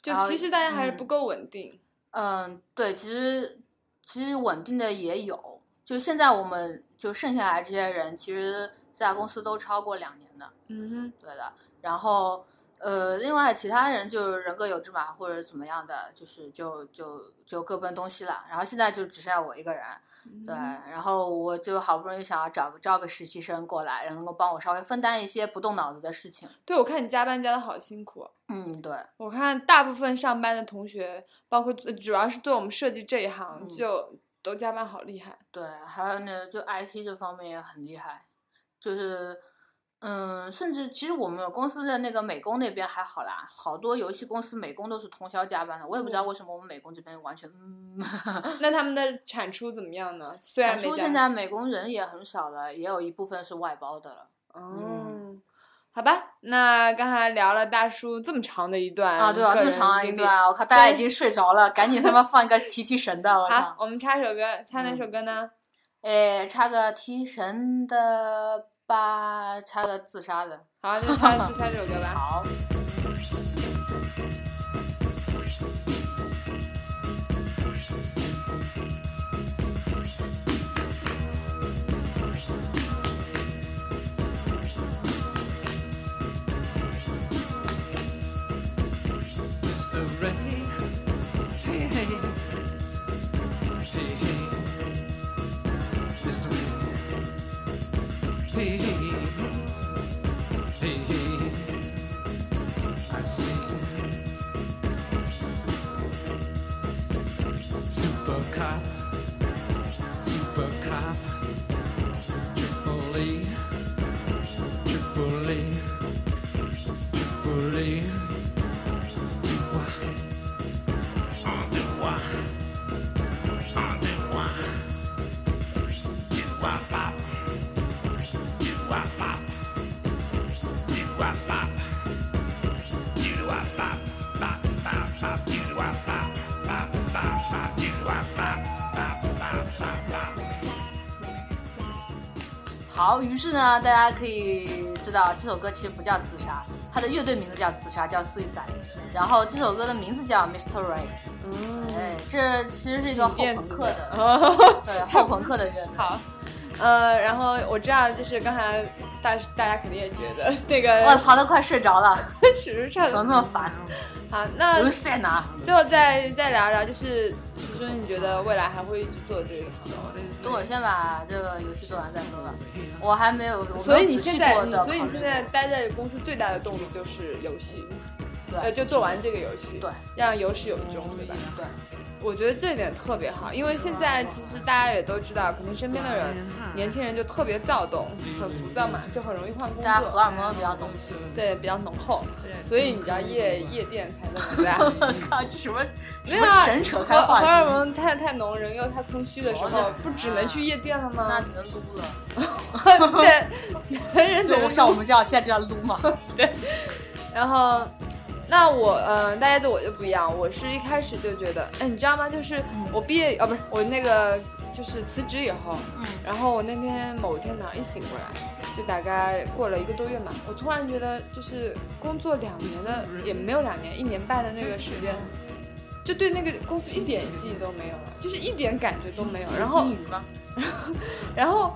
S3: 就
S2: 然后
S3: 其实大家还是
S2: 嗯
S3: 不够稳定？
S2: 嗯，对，其实其实稳定的也有，就现在我们就剩下来这些人，其实这家公司都超过两年的，
S3: 嗯
S2: 对的。然后呃，另外其他人就是人各有志嘛，或者怎么样的，就是就就就各奔东西了。然后现在就只剩下我一个人，
S3: 嗯哼，
S2: 对，然后我就好不容易想要找个招个实习生过来，然后能够帮我稍微分担一些不动脑子的事情。
S3: 对，我看你加班加的好辛苦。
S2: 嗯，对，
S3: 我看大部分上班的同学，包括呃主要是对我们设计这一行，
S2: 嗯
S3: 就都加班好厉害。
S2: 对，还有呢，就 IT 这方面也很厉害，就是，嗯，甚至其实我们公司的那个美工那边还好啦，好多游戏公司美工都是通宵加班的，我也不知道为什么我们美工这边完全，嗯， *laughs*
S3: 那他们的产出怎么样呢？虽然
S2: 产
S3: 没
S2: *laughs* 出
S3: 加
S2: 现
S3: 班
S2: 在美工人也很少了，也有一部分是外包的了。
S3: 哦，
S2: 嗯
S3: 好吧，那刚才聊了大叔这么长的一段
S2: 啊，对啊，
S3: 个
S2: 这么
S3: 人
S2: 长啊一
S3: 经历
S2: 段啊，我靠，大家
S3: 对
S2: 已经睡着了，赶紧他妈放一个提提神的，我
S3: 好
S2: 靠，，
S3: 我们插首歌，插哪
S2: 嗯
S3: 首歌呢？
S2: 哎，插个提神的吧，插个自杀的，
S3: 好，
S2: *laughs*
S3: 就插就插这首歌吧。
S2: 好。
S1: Mr. Ray. Hey, hey. Hey, hey. Mr. Ray. Hey, hey. Hey, hey. I see. Super cop. Super cop. Triple E. Triple E. Triple E. Bye.
S2: 好，于是呢，大家可以知道这首歌其实不叫自杀，它的乐队名字叫自杀，叫 Suicide。然后这首歌的名字叫 Mr. Ray，
S3: 嗯，
S2: 哎，这其实是一个后
S3: 电
S2: 朋
S3: 子
S2: 克的，
S3: 的。
S2: 对后朋克的乐队。
S3: *laughs* 好， *laughs* 呃，然后我知道，就是刚才大大家肯定也觉得那
S2: 我
S3: 个
S2: 操，都快睡着了，
S3: *laughs* 史书唱
S2: 怎么这么烦？
S3: 好，那
S2: 刘在哪？
S3: 最后再再聊一聊，就是叔叔，你觉得未来还会一直做这个行吗？
S2: 等我先把这个游戏做完再说吧。我还没有，我没有
S3: 所以你
S2: 仔细
S3: 现在，
S2: 过
S3: 你
S2: 地
S3: 所以
S2: 考
S3: 你
S2: 虑
S3: 现在
S2: 过
S3: 待在公司最大的动力就是游戏，呃，
S2: 对
S3: 就做完这个游戏，
S2: 对，嗯
S3: 让有始有终，对吧？
S2: 对
S3: 我觉得这一点特别好，因为现在其实大家也都知道，可能身边的人，年轻人就特别躁动，很浮躁嘛，就很容易换工
S2: 大家荷
S3: 作，
S2: 尔蒙比较浓。
S3: 对，比较浓厚，所以你知道夜夜店才
S2: *laughs*
S3: 那么大。
S2: 我靠，这什么
S3: 没
S2: 什
S3: 有
S2: 么
S3: 啊，
S2: 神扯
S3: 荷
S2: 开话
S3: 荷尔
S2: 题？
S3: 蒙太太浓，人又太空虚的时
S2: 哦那
S3: 候，不只能去夜店了
S2: 那
S3: 吗？
S2: 只能撸了。 *laughs*
S3: 对，男 *laughs* 人只
S2: 就
S3: 能
S2: 上我们学校现在就要撸 *laughs* 嘛。
S3: 然后，那我呃，大家对我就不一样，我是一开始就觉得，哎，你知道吗？就是我毕业啊，不是我那个就是辞职以后，
S2: 嗯
S3: 然后我那天某天早上一醒过来，就大概过了一个多月嘛，我突然觉得就是工作两年的也没有两年，一年半的那个时间，就对那个公司一点记忆都没有了，就是一点感觉都没有。然后，
S2: 金鱼吗？
S3: 然后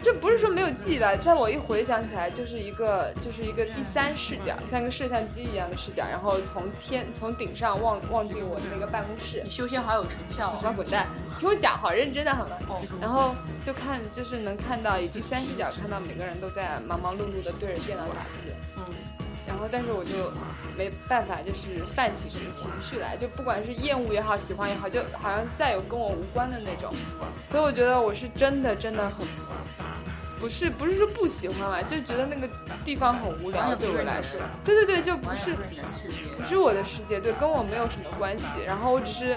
S3: 这不是说没有记忆吧？在我一回想起来，就是一个就是一个第三视角，像个摄像机一样的视角，然后从天从顶上望望进我的那个办公室
S2: 你。修仙好有成效
S3: 小
S2: 哦。
S3: 滚蛋！听我讲，好认真的好吗？
S2: 哦
S3: 然后就看，就是能看到以第三视角看到每个人都在忙忙碌碌的对着电脑打字，
S2: 嗯，
S3: 然后但是我就没办法，就是泛起什么情绪来，就不管是厌恶也好，喜欢也好，就好像再有跟我无关的那种。所以我觉得我是真的真的很，不是不是说不喜欢吧，就觉得那个地方很无
S2: 完
S3: 聊
S2: 全不
S3: 对
S2: 是
S3: 我
S2: 你的
S3: 来说，对对对，就不
S2: 完
S3: 是
S2: 全不是你的 *laughs* 世界。
S3: 不是我的世界，对，跟我没有什么关系。然后我只是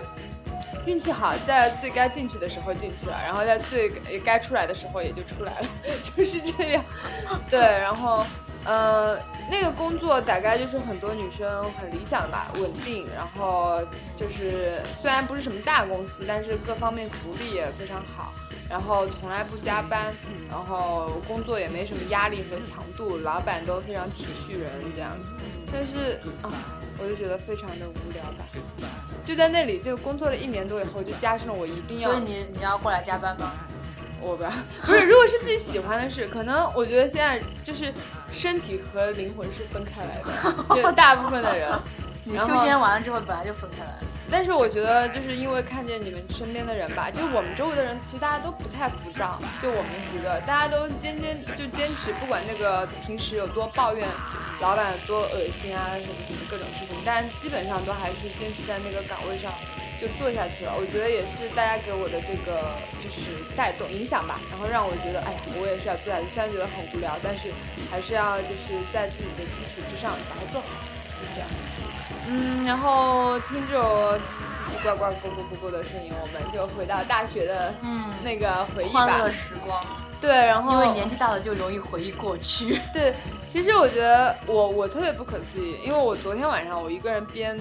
S3: 运气好，在最该进去的时候进去了，然后在最该出来的时候也就出来了， *laughs* 就是这样。对，然后呃，那个工作大概就是很多女生很理想吧，稳定，然后就是虽然不是什么大公司，但是各方面福利也非常好。然后从来不加班，然后工作也没什么压力和强度，老板都非常体恤人这样子。但是啊，我就觉得非常的无聊吧。就在那里就工作了一年多以后，就加深了我一定要
S2: 所以你你要过来加班吗？
S3: 我吧，不是，如果是自己喜欢的事，可能我觉得现在就是身体和灵魂是分开来的，就大部分的人。
S2: 你
S3: 然
S2: 修
S3: 后
S2: 仙完了之后本来就分开来了，
S3: 但是我觉得，就是因为看见你们身边的人吧，就我们周围的人，其实大家都不太浮躁。就我们几个，大家都坚坚就坚持，不管那个平时有多抱怨，老板有多恶心啊，什么什么各种事情，但基本上都还是坚持在那个岗位上就做下去了。我觉得也是大家给我的这个就是带动影响吧，然后让我觉得，哎呀，我也是要做下去。虽然觉得很无聊，但是还是要就是在自己的基础之上把它做好，就这样。嗯，然后听着我叽叽呱呱、咕咕咕咕的声音，我们就回到大学的
S2: 嗯，
S3: 那个回忆
S2: 欢
S3: 吧哦
S2: 乐。时光，
S3: 对，然后
S2: 因为年纪大了就容易回忆过
S3: *laughs*
S2: 去。
S3: 对，其实我觉得我我特别不可思议，因为我昨天晚上我一个人边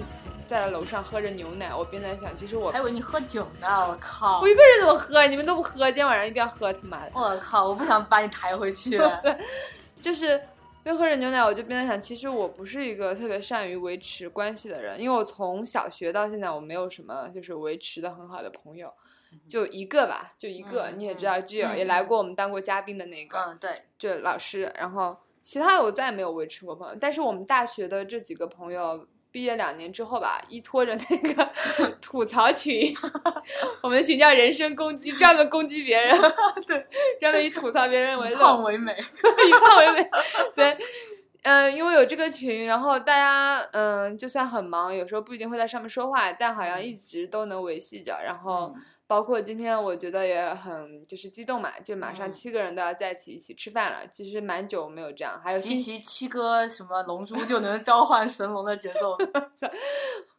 S3: 在楼上喝着牛奶，我边在想，其实我
S2: 还以为你喝酒呢，我靠
S3: 我！一个人怎么喝？你们都不喝，今天晚上一定要喝，他妈的！
S2: 我靠！我不想把你抬回
S3: *laughs*
S2: 去。
S3: 就是边喝着牛奶，我就边在想，其实我不是一个特别善于维持关系的人，因为我从小学到现在，我没有什么就是维持的很好的朋友，就一个吧，就一个。
S2: 嗯
S3: 你也知道，挚友、
S2: 嗯
S3: 也来过我们当过嘉宾的那个，
S2: 嗯，对，
S3: 就老师，然后其他的我再也没有维持过朋友。但是我们大学的这几个朋友，毕业两年之后吧，依托着那个 *laughs* 吐槽群， *laughs* 我们的群叫“人身攻击”，专门攻击别人， *laughs* 对，专门以吐槽别人为
S2: 以 *laughs*
S3: 乐。
S2: 胖为美。
S3: *laughs* 以胖为美。对，嗯，因为有这个群，然后大家嗯，就算很忙，有时候不一定会在上面说话，但好像一直都能维系着。然后
S2: 嗯
S3: 包括今天，我觉得也很就是激动嘛，就马上
S2: 嗯
S3: 七个人都要在一起一起吃饭了，其实蛮久没有这样。还
S2: *laughs*
S3: 有
S2: 集
S3: 星期，
S2: 齐七哥什么龙珠就能召唤神龙的节 *laughs* 奏，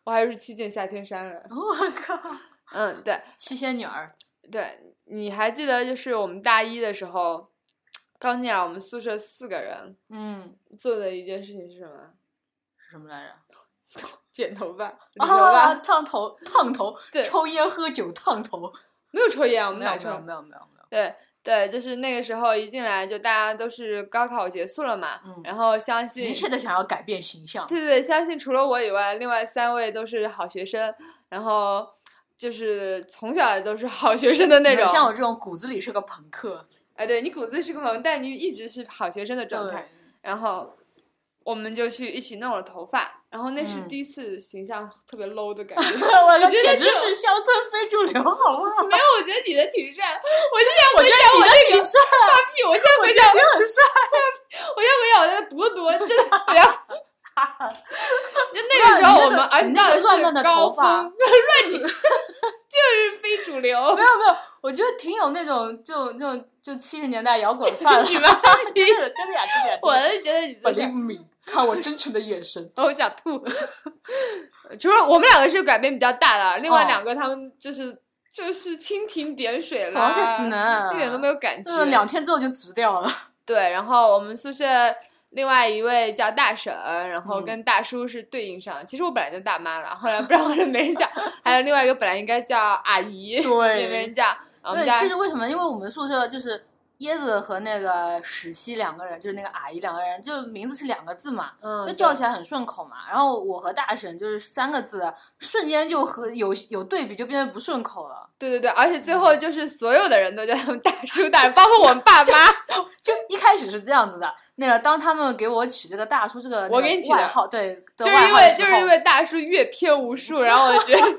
S3: 我还是七剑下天山了。
S2: 我靠！
S3: 嗯，对
S2: 七仙女儿，
S3: 对，你还记得就是我们大一的时候，刚进来我们宿舍四个人
S2: 嗯，
S3: 做的一件事情是什么？
S2: 是什么 *laughs* 来着？
S3: 剪头发，理头发，
S2: 啊，烫头，烫头
S3: 对，
S2: 抽烟喝酒烫头。
S3: 没有抽烟，我们
S2: 没
S3: 哪
S2: 有，
S3: 抽
S2: 没有，没有，没有，没有。
S3: 对对，就是那个时候一进来就大家都是高考结束了嘛，
S2: 嗯
S3: 然后相
S2: 急
S3: 信
S2: 切的想要改变形象。
S3: 对对，相信除了我以外，另外三位都是好学生，然后就是从小都是好学生的那
S2: 没有
S3: 种。
S2: 像我这种骨子里是个朋克
S3: 哎，对你骨子是个萌，但你一直是好学生的状态。，然后我们就去一起弄了头发，然后那是
S2: 嗯
S3: 第一次形象特别 low
S2: *laughs*
S3: 的感觉。
S2: 对 *laughs* 我的
S3: 觉得
S2: 简直
S3: 这
S2: 是乡村非主流，好不好？
S3: 没有，我觉得你的挺帅，我就想
S2: 我
S3: 回
S2: 觉
S3: 想
S2: 得
S3: 我
S2: 你的
S3: 那
S2: 挺
S3: 个
S2: 帅，
S3: 放屁，我现在
S2: 我
S3: 回
S2: 觉
S3: 想
S2: 得你很帅。
S3: *laughs* 我要不要我那个多多？
S2: *laughs*
S3: 真的不要。就那个时候我们，而且
S2: 你那个
S3: 的是
S2: 乱乱的
S3: 高
S2: 头发
S3: 峰 *laughs* 乱你，就是非主流
S2: 没，有没有，我觉得挺有那种就那种就七十年代摇滚范儿
S3: *laughs* 你们，
S2: 真的真的呀真的呀。
S3: 我是觉得你自己，
S2: me，看我真诚的眼 *laughs* 神。
S3: 我想吐。除了我们两个是改变比较大的，另外
S2: 哦
S3: 两个他们就是就是蜻蜓点水
S2: 什么叫死
S3: 啦
S2: 呢，
S3: 一点都没有感觉。
S2: 嗯，两天之后就直掉了。
S3: 对，然后我们宿舍另外一位叫大婶，然后
S2: 嗯
S3: 跟大叔是对应上的。其实我本来就大妈了，后来不知道为什么没人叫， *laughs* 还有另外一个本来应该叫阿姨，
S2: 对
S3: 也没人叫。啊然后我们
S2: 对，
S3: 家
S2: 其实为什么？因为我们宿舍就是椰子和那个史西两个人，就是那个阿姨两个人，就是名字是两个字嘛，
S3: 嗯
S2: 就
S3: 对
S2: 叫起来很顺口嘛。然后我和大婶就是三个字，瞬间就和有有对比，就变得不顺口了。
S3: 对对对，而且最后就是所有的人都叫他们大叔大婶，包括我们爸妈。
S2: 就一开始是这样子的，那个当他们给我起这个大叔这个那个
S3: 我给你起的
S2: 外号，对，的
S3: 就是
S2: 外
S3: 因
S2: 号的
S3: 为
S2: 时
S3: 就是因
S2: 候
S3: 为大叔阅片无数，然后我
S2: *laughs*
S3: 觉得
S2: 对，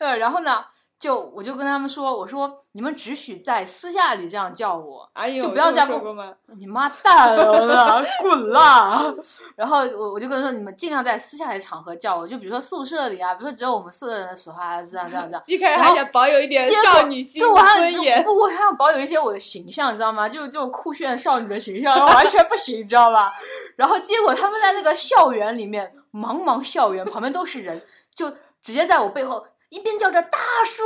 S2: 呃然后呢，就我就跟他们说，我说你们只许在私下里这样叫我，
S3: 阿姨
S2: 就
S3: 我
S2: 不要
S3: 这么
S2: 叫
S3: 说
S2: 公
S3: 过吗？
S2: 你妈蛋了，滚啦！ *laughs* 然后我我就跟他说，你们尽量在私下的场合叫我，就比如说宿舍里啊，比如说只有我们四个人的时候啊，这样这样这样。
S3: 一开始
S2: 然
S3: 还
S2: 后
S3: 想保有一点
S2: 结果
S3: 少女
S2: *laughs*
S3: 心
S2: 对，我还
S3: 尊严，
S2: 不，我还要保有一些我的形象，你知道吗？就就酷炫少女的形象，完全不行，你知道吧？ *laughs* 然后结果他们在那个校园里面，茫茫校园旁边都是人，就直接在我背后一边叫着大叔，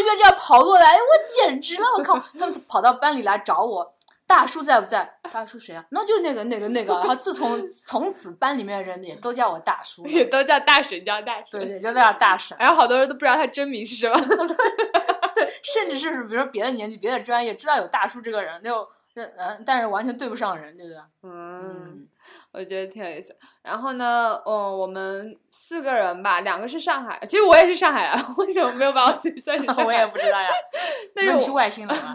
S2: 一边这样跑过来，我简直了！我靠，他们跑到班里来找我。大叔在不在？大叔谁啊？那就那个那个那个。然后自从从此班里面的人也都叫我大叔了， *laughs*
S3: 也都叫大婶叫大
S2: 对
S3: 婶。
S2: 对，就那样大婶。
S3: 然后好多人都不知道他真名是什么。
S2: 甚至是比如说别的年纪、别的 *laughs* 呃专业，知道有大叔这个人，就嗯，但是完全对不上人，对不对？
S3: 嗯，，我觉得挺有意思。然后呢，嗯，我们四个人吧，两个是上海，其实我也是上海人， *laughs* 为什么没有把我自己算成上海？
S2: 嗯 *laughs* 我也不知道呀。
S3: *laughs* 但是
S2: 你
S3: 我
S2: 是外星人啊吗？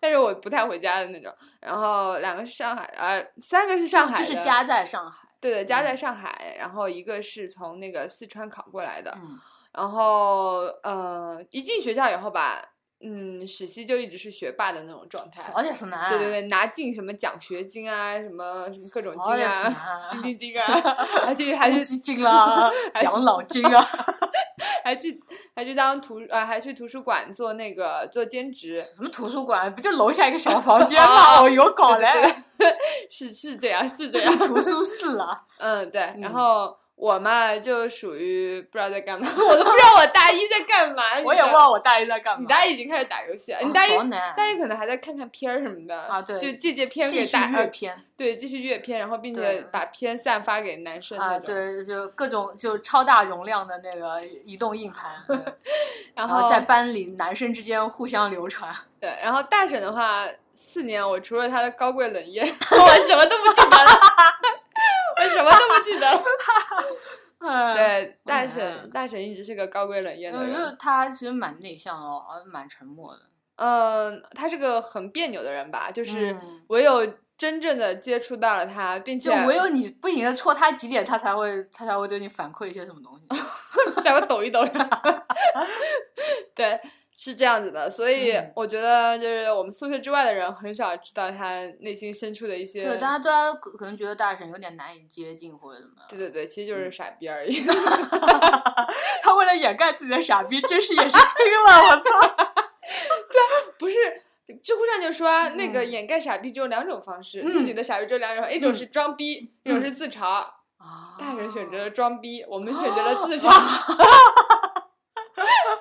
S3: 但是我不太回家的那种。然后两个是上海，呃，三个是 *laughs* 上海
S2: 哦就
S3: 的，
S2: 是家嗯在上海。
S3: 对对，家在上海。然后一个是从那个四川考过来的。
S2: 嗯，
S3: 然后呃，一进学校以后吧，嗯，史西就一直是学霸的那种状态。
S2: 而且是男。
S3: 对对对，拿进什么奖学金啊，什么什么各种
S2: 好
S3: 金
S2: 嘞 *laughs*
S3: 啊，
S2: 是吗
S3: 金金金啊， *laughs* 还去还
S2: 还
S3: 去
S2: 是金
S3: *laughs*
S2: 啦，啊养老金啊。
S3: 还去还去当图呃，还去图书馆做那个做兼职，
S2: 什么图书馆？不就楼下一个小房间
S3: 啊
S2: 吗？
S3: *laughs*
S2: 哦，有搞嘞
S3: 对，对对是是这样是这样， *laughs*
S2: 图书室啦。
S3: 嗯对，然
S2: 嗯
S3: 后我嘛就属于不知道在干嘛， *laughs* 我都不知道我大一在干嘛，你
S2: 我
S3: 知
S2: 也
S3: 道
S2: 忘了我大一在干嘛。嗯
S3: 你大一已经开始打游戏了，你大一
S2: 好难
S3: 大一可能还在看看片儿什么的
S2: 啊对
S3: 就借借片
S2: 继
S3: 给
S2: 续
S3: 大
S2: 阅
S3: 呃
S2: 片
S3: 对继续阅片，然后并且
S2: 对
S3: 把片散发给男生那
S2: 啊，
S3: 种，
S2: 对，就各种就超大容量的那个移动硬
S3: *laughs*
S2: 盘，对然
S3: 然后
S2: 后在班里男生之间互相流传。
S3: 对，然后大婶的话，四年我除了她的高贵冷
S2: *laughs*
S3: 艳， *laughs* 我什么都不记得了， *laughs* 我什么都不记得
S2: *laughs* 对，
S3: 了。对，大婶，
S2: 嗯
S3: 大婶一直是个高贵冷艳
S2: 因
S3: 的
S2: 为
S3: 人。
S2: 嗯他其实蛮内向哦，而蛮沉默的。
S3: 嗯，她是个很别扭的人吧，就是
S2: 嗯
S3: 唯有真正的接触到了她，并且
S2: 就唯
S3: *laughs*
S2: 有你不停的戳他几点，他才会他才会对你反馈一些什么东西。
S3: 再给我抖一抖。 *laughs* 对，是这样子的，所以
S2: 嗯
S3: 我觉得就是我们宿舍之外的人很少知道她内心深处的一
S2: *laughs*
S3: 些。
S2: 对，大家大家可可能觉得大神有点难以接近或者怎么样。
S3: 对对对，其
S2: 嗯
S3: 实就是傻逼而已。
S2: *laughs*
S3: *laughs*
S2: 他为了掩盖自己的傻逼，真是也是拼了，我操！
S3: 不是，知乎上就说啊，那个
S2: 嗯
S3: 掩盖傻逼只有两种方式，
S2: 嗯
S3: 自己的傻逼只有两种，一种是装逼，一种
S2: 嗯
S3: 是自嘲。
S2: *laughs*
S3: 大人选择
S2: 哦
S3: 了装逼，我们选择了自
S2: 啊
S3: 嘲。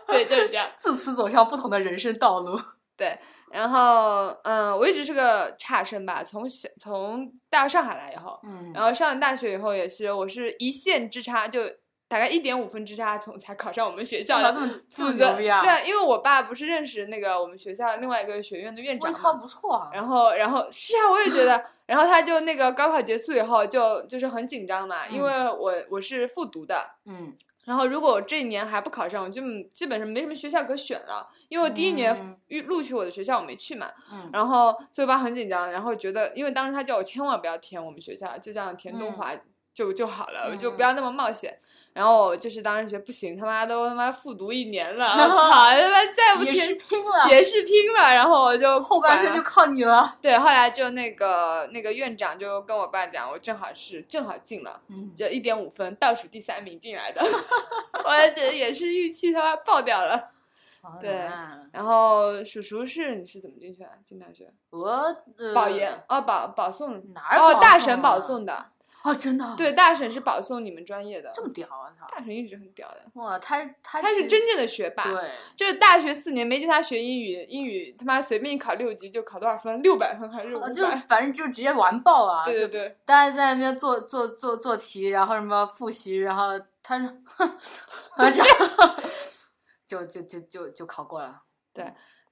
S3: 对，就是这样。
S2: 自此走向不同的人生道路。
S3: 对，然后嗯，我一直是个差生吧，从小从到上海来以后，
S2: 嗯
S3: 然后上了大学以后也是，我是一线之差，就大概一点五分之差，从才考上我们学校
S2: 哇
S3: 的。
S2: 这么这
S3: 负
S2: 么
S3: 责
S2: 牛逼啊！
S3: 对啊，因为我爸不是认识那个我们学校另外一个学院的院长
S2: 我
S3: 嘛，
S2: 操，不错啊！
S3: 然后，然后是啊，我也觉得。然后他就那个高考结束以后就，就是很紧张嘛，因
S2: 嗯
S3: 为我我是复读的。
S2: 嗯，
S3: 然后如果我这一年还不考上，我就嗯基本上没什么学校可选了，因为我第一年
S2: 嗯
S3: 预录取我的学校我没去嘛。
S2: 嗯
S3: 然后所以吧很紧张，然后觉得因为当时他叫我千万不要填我们学校，就这样填东
S2: 嗯
S3: 华就、就好了，我就
S2: 嗯
S3: 不要那么冒险。然后我就是当时觉得不行，他妈都他妈复读一
S2: *laughs*
S3: 年了，我操，他妈再不
S2: 也
S3: 填
S2: 是拼了，
S3: 也是拼了。然后我就
S2: 后
S3: 管
S2: 半
S3: 了
S2: 生就靠你了。
S3: 对，后来就那个那个院长就跟我爸讲，我正好是正好进了，
S2: 嗯，
S3: 就一点五分，倒数第三名进来的， *laughs* 我也觉得也是运气他妈爆掉了。对然后叔叔是你是怎么进去的？进大学？
S2: 我呃
S3: 保研哦，保保送
S2: 哪儿
S3: 哦，大神
S2: 神
S3: 保送的，
S2: 哦，真的
S3: 对，大神是保送你们专业的，
S2: 这么屌，我操！
S3: 大神一直很屌的，
S2: 哇，他他
S3: 他是
S2: 其
S3: 真正的学霸。
S2: 对，
S3: 就是大学四年没见他学英语，英语他妈随便一考六级就考多少分，六百分还是五
S2: 哦
S3: 百？
S2: 就反正就直接完爆啊！
S3: 对
S2: 就
S3: 对对，
S2: 大家在那边做做做做题，然后什么复习，然后他说， *laughs* 然后这样
S3: *laughs*
S2: 就就就就就考过了。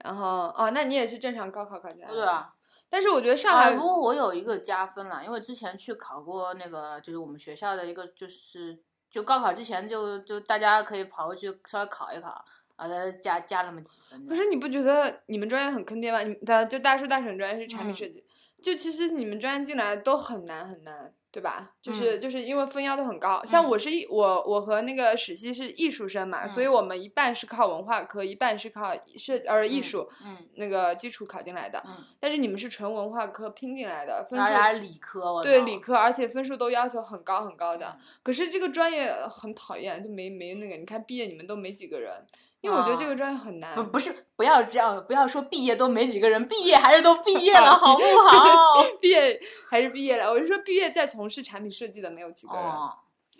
S3: 然后哦，那你也是正常高考考进来的？
S2: 对。啊，
S3: 但是我觉得上
S2: 啊
S3: 海，
S2: 不过我有一个加分了，因为之前去考过那个，就是我们学校的一个，就是就高考之前就就大家可以跑过去稍微考一考，然后再加加那么几分这
S3: 可
S2: 样。
S3: 是你不觉得你们专业很坑爹吗？你的就大叔大婶专业是产品
S2: 嗯
S3: 设计，就其实你们专业进来都很难很难，对吧？就是、就是因为分要都很高，像
S2: 嗯
S3: 我是艺我我和那个史西是艺术生嘛，所以
S2: 嗯
S3: 我们一半是靠文化科，一半是靠设呃艺
S2: 嗯
S3: 术。
S2: 嗯
S3: 那个基础考进来的，
S2: 嗯，
S3: 但是你们是纯文化科拼进来的，分
S2: 而且还
S3: 数
S2: 是理科，我
S3: 对
S2: 操
S3: 理科，而且分数都要求很高很高的。
S2: 嗯
S3: 可是这个专业呃很讨厌，就没没那个。你看毕业你们都没几个人，因为我觉得这
S2: 啊
S3: 个专业很难。
S2: 不不是，不要这样，不要说毕业都没几个人，毕业还是都毕业 *laughs* 了，好不 *laughs* 好？
S3: *laughs* 毕业还是毕业了，我是说毕业在从事产品设计的没有几个人。
S2: 哦，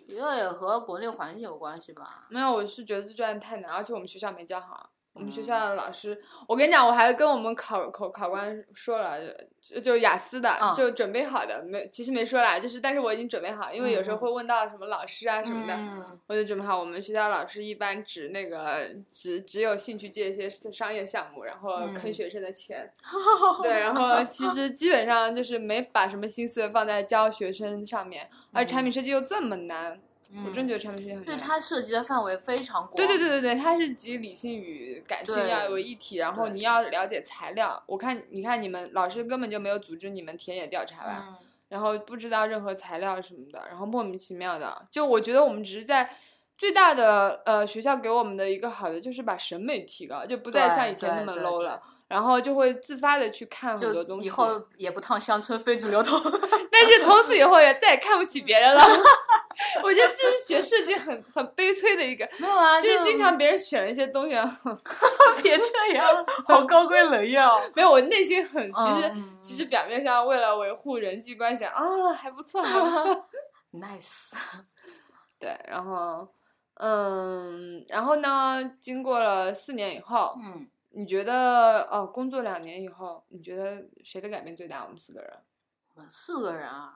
S2: 一个也和国内环境有关系吧。
S3: 没有，我是觉得这专业太难，而且我们学校没教好。我们学校
S2: 嗯
S3: 的老师，我跟你讲，我还跟我们考考考官说了，就就雅思的，
S2: 嗯
S3: 就准备好的，没其实没说啦，就是但是我已经准备好，因为有时候会问到什么老师啊什么的，
S2: 嗯
S3: 我就准备好。我们学校老师一般只那个只只有兴趣借一些商业项目，然后
S2: 嗯
S3: 坑学生的
S2: *laughs*
S3: 钱，对，然后其实基本上就是没把什么心思放在教学生上面，而产品设计又这么难，我真觉得产品设计很
S2: 嗯就
S3: 难
S2: 嗯是。它涉及的范围非常广。
S3: 对对对对对，它是集理性与感性
S2: 对
S3: 要为一体，然后
S2: 对
S3: 你要了解材料。我看，你看你们老师根本就没有组织你们田野调查吧，
S2: 嗯，
S3: 然后不知道任何材料什么的，然后莫名其妙的。就我觉得我们只是在最大的呃学校给我们的一个好的就是把审美提高，就不再
S2: 对
S3: 像以前那
S2: 对
S3: 么
S2: 对
S3: low 了。然后就会自发的去看很多
S2: 就
S3: 东西，
S2: 以后也不烫乡村非主流 *laughs* 头。
S3: 但是从此以后也再也看不起别
S2: *laughs*
S3: 人了。我觉得这是学设计很很悲催的一个，
S2: 没有啊，
S3: 就是经常别人选了一些东西，然啊后
S2: 别这样， *laughs* 好高贵冷艳哦。
S3: *laughs* 没有，我内心很 *laughs* 其实、
S2: 嗯
S3: 其实表面上为了维护人际关系啊，还不错，还不错
S2: 嗯 Nice，
S3: 对，然后嗯，然后呢，经过了四年以后，
S2: 嗯，
S3: 你觉得哦，工作两年以后，你觉得谁的改变最大？我们四个人，
S2: 我们四个人啊，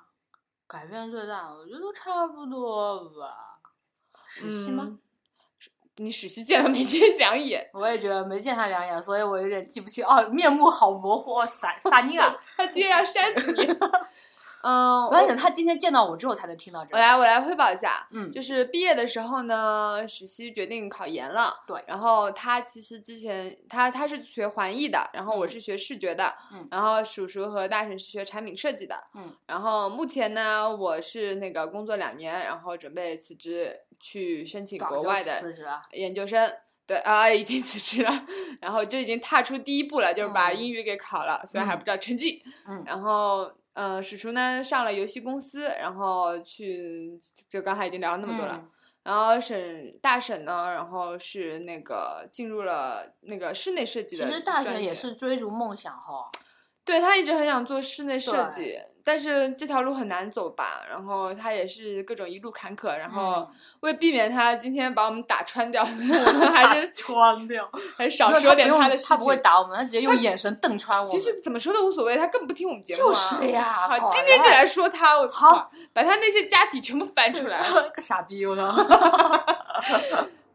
S2: 改变最大，我觉得都差不多吧。实习吗？
S3: 嗯？你史西见了没 *laughs* 见两眼，
S2: 我也觉得没见他两眼，所以我有点记不清。哦，面目好模糊，哦撒撒尼亚。
S3: 他今天要扇死
S2: *laughs*
S3: 你。嗯，
S2: 我
S3: *laughs* 我
S2: 关键他今天见到我之后才能听到这
S3: 我
S2: 个。
S3: 来我来汇报一下，
S2: 嗯，
S3: 就是毕业的时候呢，史西决定考研了。
S2: 对
S3: 然后他其实之前他他是学环艺的，然后我
S2: 嗯
S3: 是学视觉的，
S2: 嗯
S3: 然后叔叔和大婶是学产品设计的，
S2: 嗯，
S3: 然后目前呢，我是那个工作两年，然后准备辞职去申请
S2: 早
S3: 国
S2: 就
S3: 外
S2: 辞
S3: 的
S2: 职了。
S3: 研究生。对啊，已经辞职了，然后就已经踏出第一步了，就是把
S2: 嗯
S3: 英语给考了，虽然还
S2: 嗯
S3: 不知道成绩，
S2: 嗯，
S3: 然后呃，史厨呢上了游戏公司，然后去就刚才已经聊了那么多了。
S2: 嗯
S3: 然后沈大沈呢，然后是那个进入了那个室内设计
S2: 其
S3: 的专业。
S2: 实大学也是追逐梦想哦哈。
S3: 对他一直很想做室内设
S2: 对
S3: 计，但是这条路很难走吧。然后他也是各种一路坎坷，然后
S2: 嗯
S3: 为避免他今天把我们打穿
S2: *laughs*
S3: 掉，我们 *laughs* 还是
S2: 穿掉。
S3: 还是少
S2: 没有
S3: 说点
S2: 他不用
S3: 的事情。
S2: 他不会打我们，他直接用眼神瞪穿我们。
S3: 其实怎么说都无所谓，他根本不听我们节目、啊。
S2: 就是的呀
S3: 好，
S2: 搞
S3: 今天就
S2: 嘞
S3: 来说他，我操
S2: 好，
S3: 把他那些家底全部翻出来。 *laughs*
S2: 个 *laughs* 傻逼，我操！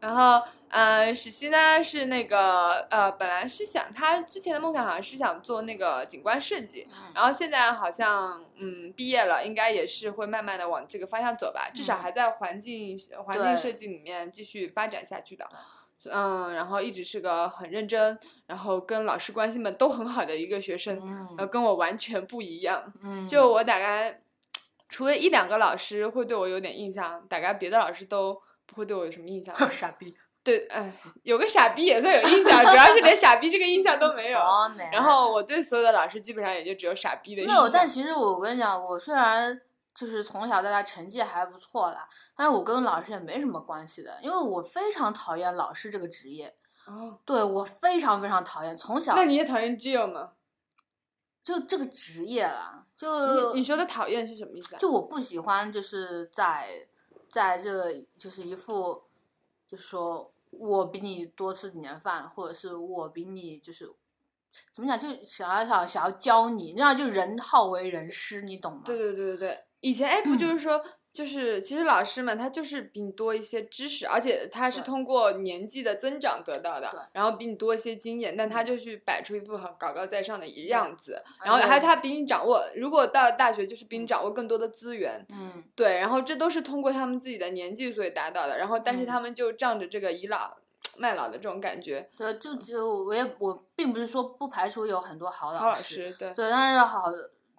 S3: 然后，呃，史西呢是那个呃，本来是想他之前的梦想好像是想做那个景观设计，然后现在好像嗯毕业了，应该也是会慢慢的往这个方向走吧，至少
S2: 嗯
S3: 还在环境环境
S2: 对
S3: 设计里面继续发展下去的。嗯，然后一直是个很认真，然后跟老师关系们都很好的一个学生，呃，
S2: 嗯
S3: 跟我完全不一样。
S2: 嗯，。
S3: 就我大概，除了一两个老师会对我有点印象，大概别的老师都不会对我有什么印象
S2: *laughs* *laughs* 傻逼，
S3: 对，哎，有个傻逼也算有印象，主要是连傻逼这个印象
S2: *laughs*
S3: 都没有。
S2: 好难
S3: 然后我对所有的老师基本上也就只有傻逼的印
S2: 没
S3: 象。
S2: 有，但其实我跟你讲，我虽然就是从小到大成绩还不错啦，但是我跟老师也没什么关系的，因为我非常讨厌老师这个职业，
S3: 哦，
S2: 对我非常非常讨厌，从小
S3: 那你也讨厌 Gio 吗？
S2: 就这个职业啦，就
S3: 你你说的讨厌是什么意思啊？
S2: 就我不喜欢，就是在在这就是一副，就是说我比你多吃几年饭，或者是我比你就是怎么讲，就想要想想要教你，你知道，就人好为人师，你懂吗？
S3: 对对对对对，以前哎，不
S2: 嗯
S3: 就是说，就是其实老师们他就是比你多一些知识，而且他是
S2: 对
S3: 通过年纪的增长得到
S2: 对嗯
S3: 的，然后比你多一些经验，但他就去摆出一副很高高在上的一样子，
S2: 而
S3: 然后还有
S2: 且
S3: 他比你掌握，如果到了大学就是比你掌握更多的资源，
S2: 嗯，
S3: 对，然后这都是通过他们自己的年纪所以达到的，然后但是
S2: 嗯
S3: 他们就仗着这个倚老卖老的这种感觉，
S2: 对，就就我也我并不是说不排除有很多好
S3: 好
S2: 老
S3: 老师嗯对，
S2: 对，但嗯是好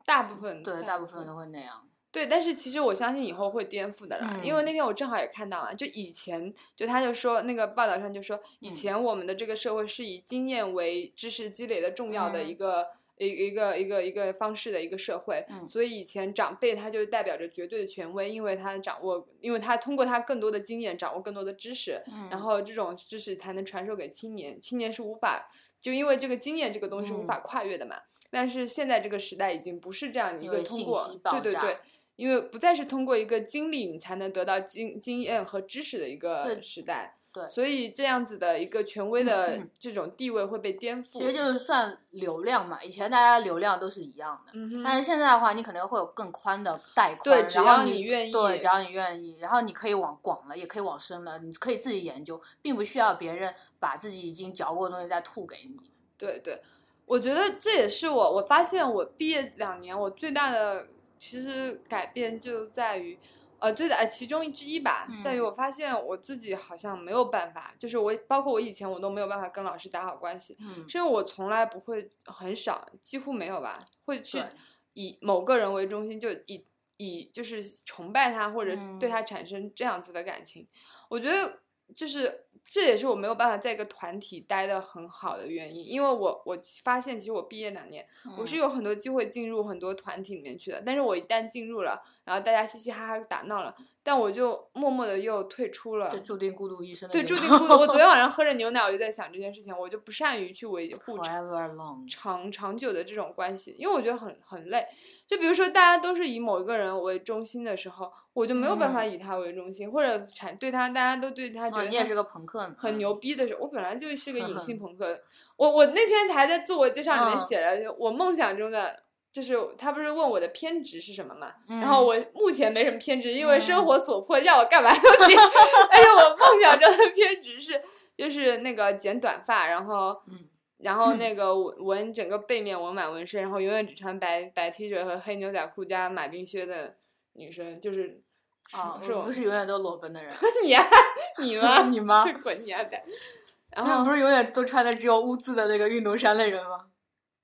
S3: 大部分
S2: 对大部分都会那样，
S3: 对，但是其实我相信以后会颠覆的啦，因为
S2: 嗯
S3: 那天我正好也看到了，就以前就他就说那个报道上就说，以
S2: 嗯
S3: 前我们的这个社会是以经验为知识积累的重要的一
S2: 嗯
S3: 个。一一个一个一个方式的一个社会，
S2: 嗯
S3: 所以以前长辈他就是代表着绝对的权威，因为他掌握，因为他通过他更多的经验掌握更多的知识，
S2: 嗯，
S3: 然后这种知识才能传授给青年，青年是无法就因为这个经验这个东西是无
S2: 嗯
S3: 法跨越的嘛。但是现在这个时代已经不是这样一
S2: 因
S3: 个
S2: 为
S3: 通
S2: 信
S3: 过
S2: 息，
S3: 对
S2: 爆
S3: 对
S2: 炸
S3: 对，因为不再是通过一个经历你才能得到经经验和知识的一个
S2: 对
S3: 时代。
S2: 对
S3: 所以这样子的一个权威的
S2: 嗯嗯
S3: 这种地位会被颠覆。
S2: 其实就是算流量嘛，以前大家流量都是一样的，
S3: 嗯哼，
S2: 但是现在的话，你可能会有更宽的带宽，
S3: 对
S2: 然
S3: 只
S2: 后
S3: 要
S2: 你
S3: 你愿意
S2: 对，只要你愿意，然后你可以往广了，也可以往深了，你可以自己研究，并不需要别人把自己已经嚼过的东西再吐给你。
S3: 对对，我觉得这也是我我发现我毕业两年我最大的其实改变就在于，呃，最大呃其中之一吧，在于
S2: 嗯
S3: 我发现我自己好像没有办法，就是我包括我以前我都没有办法跟老师打好关系，
S2: 嗯，
S3: 是因为我从来不会很少，几乎没有吧，会去
S2: 对
S3: 以某个人为中心，就以以就是崇拜他或者对他产生这样子的感情。我觉得就是这也是我没有办法在一个团体待的很好的原因，因为我我发现其实我毕业两年，我是
S2: 嗯
S3: 有很多机会进入很多团体里面去的，但是我一旦进入了，然后大家嘻嘻哈哈打闹了，但我就默默的又退出了
S2: 这。注定孤独一生的
S3: 对，
S2: 地
S3: 注定
S2: 方
S3: 孤独。我昨天晚 *laughs* 上喝着牛奶，我就在想这件事情，我就不善于去维护
S2: forever long。
S3: 长长久的这种关系，因为我觉得很很累。就比如说，大家都是以某一个人为中心的时候，我就没有办法
S2: 嗯
S3: 以他为中心，或者产对他，大家都对他觉
S2: 哦，
S3: 得
S2: 你也
S3: 他
S2: 是个朋克呢，嗯
S3: 很牛。逼的时候，我本来就是个
S2: *laughs*
S3: 隐性
S2: 嗯
S3: 朋克。我我那天还在自我介绍里面
S2: 嗯
S3: 写了，我梦想中的就是他不是问我的偏执是什么嘛？
S2: 嗯
S3: 然后我目前没什么偏执，因为生
S2: 嗯
S3: 活所迫，要我干嘛都行。 *laughs* 但是我梦想中的偏执是，就是那个剪短发，然后
S2: 嗯
S3: 然后那个纹纹整个背面纹满纹身，然后永远只穿白白 T 恤和黑牛仔裤加马丁靴的女生，就是
S2: 啊，
S3: 是
S2: 我不
S3: 我
S2: 是永远都裸奔 *laughs* 的人，
S3: *laughs* 你啊，你吗？
S2: *laughs* 你吗
S3: 滚你啊！
S2: *laughs*
S3: 干然
S2: 那
S3: 后
S2: 不是永远都穿的只有污渍的那个运动衫的人吗？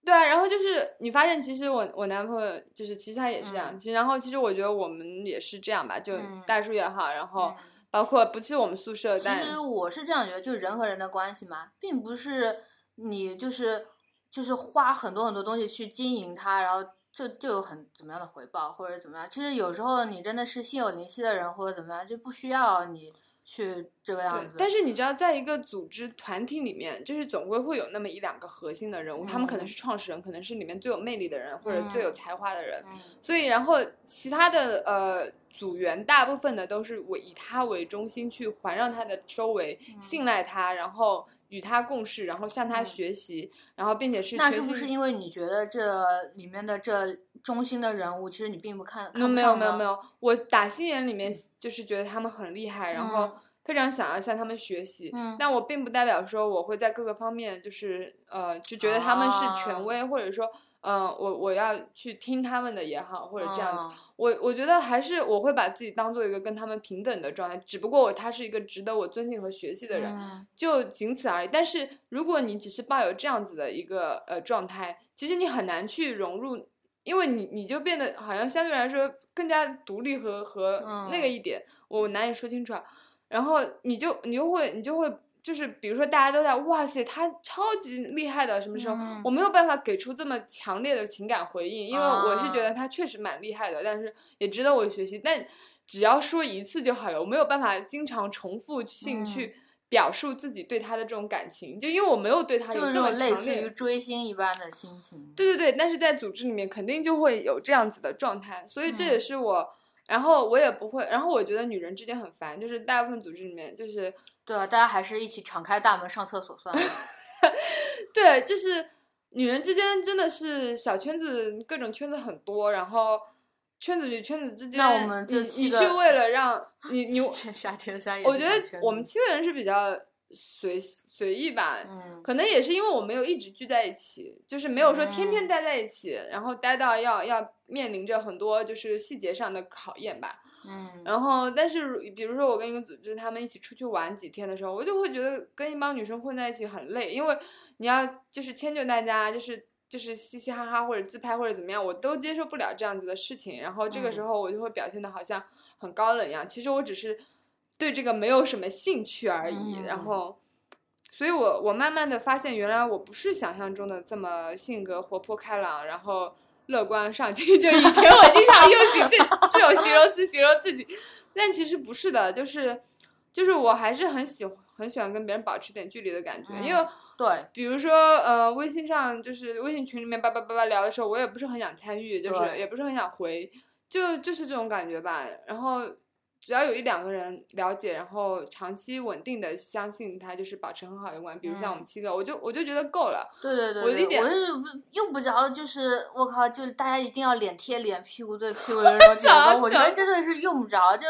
S3: 对啊，然后就是你发现，其实我我男朋友就是其实他也是这样，
S2: 嗯
S3: 其实然后其实我觉得我们也是这样吧，就
S2: 嗯
S3: 大叔也好，然后
S2: 嗯
S3: 包括不是我们宿舍，
S2: 其实
S3: 但
S2: 我是这样觉得，就是人和人的关系嘛，并不是你就是就是花很多很多东西去经营它，然后就就有很怎么样的回报或者怎么样。其实有时候你真的是心有灵犀的人或者怎么样，就不需要你去这个样
S3: 对
S2: 子。，嗯
S3: 但是你知道，在一个组织团体里面，就是总归会有那么一两个核心的人物，他们可能
S2: 嗯
S3: 是创始人，可能是里面最有魅力的人，或者最有
S2: 嗯
S3: 才华的人，
S2: 嗯，
S3: 所以然后其他的呃组员大部分的都是围以他为中心去环绕他的周围，
S2: 嗯
S3: 信赖他，然后与他共事，然后向他
S2: 嗯
S3: 学习，然后并且是
S2: 那
S3: 全
S2: 是不
S3: 心
S2: 是因为你觉得这里面的这中心的人物，其实你并不看看
S3: 嗯
S2: 不
S3: 没有
S2: 上
S3: 没有
S2: 呢
S3: 没有，我打心眼里面就是觉得他们很厉害，然后
S2: 嗯
S3: 非常想要向他们学习。
S2: 嗯
S3: 但我并不代表说我会在各个方面就是呃，就觉得他们是
S2: 啊
S3: 权威，或者说嗯、呃我我要去听他们的也好，或者这样子。
S2: 嗯
S3: 我我觉得还是我会把自己当做一个跟他们平等的状态，只不过我他是一个值得我尊敬和学习的人，
S2: 嗯
S3: 就仅此而已。但是如果你只是抱有这样子的一个呃状态，其实你很难去融入，因为你你就变得好像相对来说更加独立和和那个
S2: 嗯
S3: 一点，我难以说清楚啊。然后你就你就会你就会就是比如说大家都在哇塞他超级厉害的什么时候，
S2: 嗯
S3: 我没有办法给出这么强烈的情感回应，因为我是觉
S2: 啊
S3: 得他确实蛮厉害的，但是也值得我学习，但只要说一次就好了，我没有办法经常重复性
S2: 嗯
S3: 去表述自己对他的这种感情，就因为我没有对他
S2: 就
S3: 有
S2: 是
S3: 这
S2: 这
S3: 么
S2: 种类
S3: 强
S2: 似
S3: 烈
S2: 于
S3: 的。
S2: 追星一般的心情。
S3: 对对对，但是在组织里面肯定就会有这样子的状态，所以这也
S2: 嗯
S3: 是我，然后我也不会，然后我觉得女人之间很烦，就是大部分组织里面就是
S2: 对啊，大家还是一起敞开大门上厕所算了。
S3: 对，就是女人之间真的是小圈子，各种圈子很多，然后圈子与圈子之间，
S2: 那我们这
S3: 你你
S2: 七
S3: 去
S2: 个
S3: 为了让你 *laughs* 你，
S2: *laughs* 夏天山也
S3: 我觉得我们七个人是比较随随意吧，
S2: 嗯
S3: 可能也是因为我没有一直聚在一起，就是没有说天天
S2: 嗯
S3: 待在一起，然后待到要要面临着很多就是细节上的考验吧。
S2: 嗯，
S3: 然后，但是如比如说我跟一个组织他们一起出去玩几天的时候，我就会觉得跟一帮女生混在一起很累，因为你要就是迁就大家，就是就是嘻嘻哈哈或者自拍或者怎么样，我都接受不了这样子的事情。然后这个时
S2: 嗯
S3: 候我就会表现的好像很高冷一样，其实我只是对这个没有什么兴趣而已。然
S2: 嗯
S3: 后，所以我我慢慢的发现，原来我不是想象中的这么性格活泼开朗，然后乐观上进。 *laughs* 就以前我经常用形这这种形容词形容自己，但其实不是的，就是就是我还是很喜欢很喜欢跟别人保持点距离的感觉，因为
S2: 嗯对
S3: 比如说，呃，微信上就是微信群里面叭叭叭叭聊的时候，我也不是很想参与，就是
S2: 对
S3: 也不是很想回，就就是这种感觉吧。然后只要有一两个人了解，然后长期稳定的相信他，就是保持很好的关系。比如像我
S2: 嗯
S3: 们七个，我就我就觉得够了。
S2: 对对对，
S3: 我有一
S2: 对
S3: 点
S2: 我是不用不着，就是我靠，就大家一定要脸贴脸、屁股对屁股的那种结
S3: 想
S2: 婚，我觉得
S3: 想
S2: 真的是用不着，就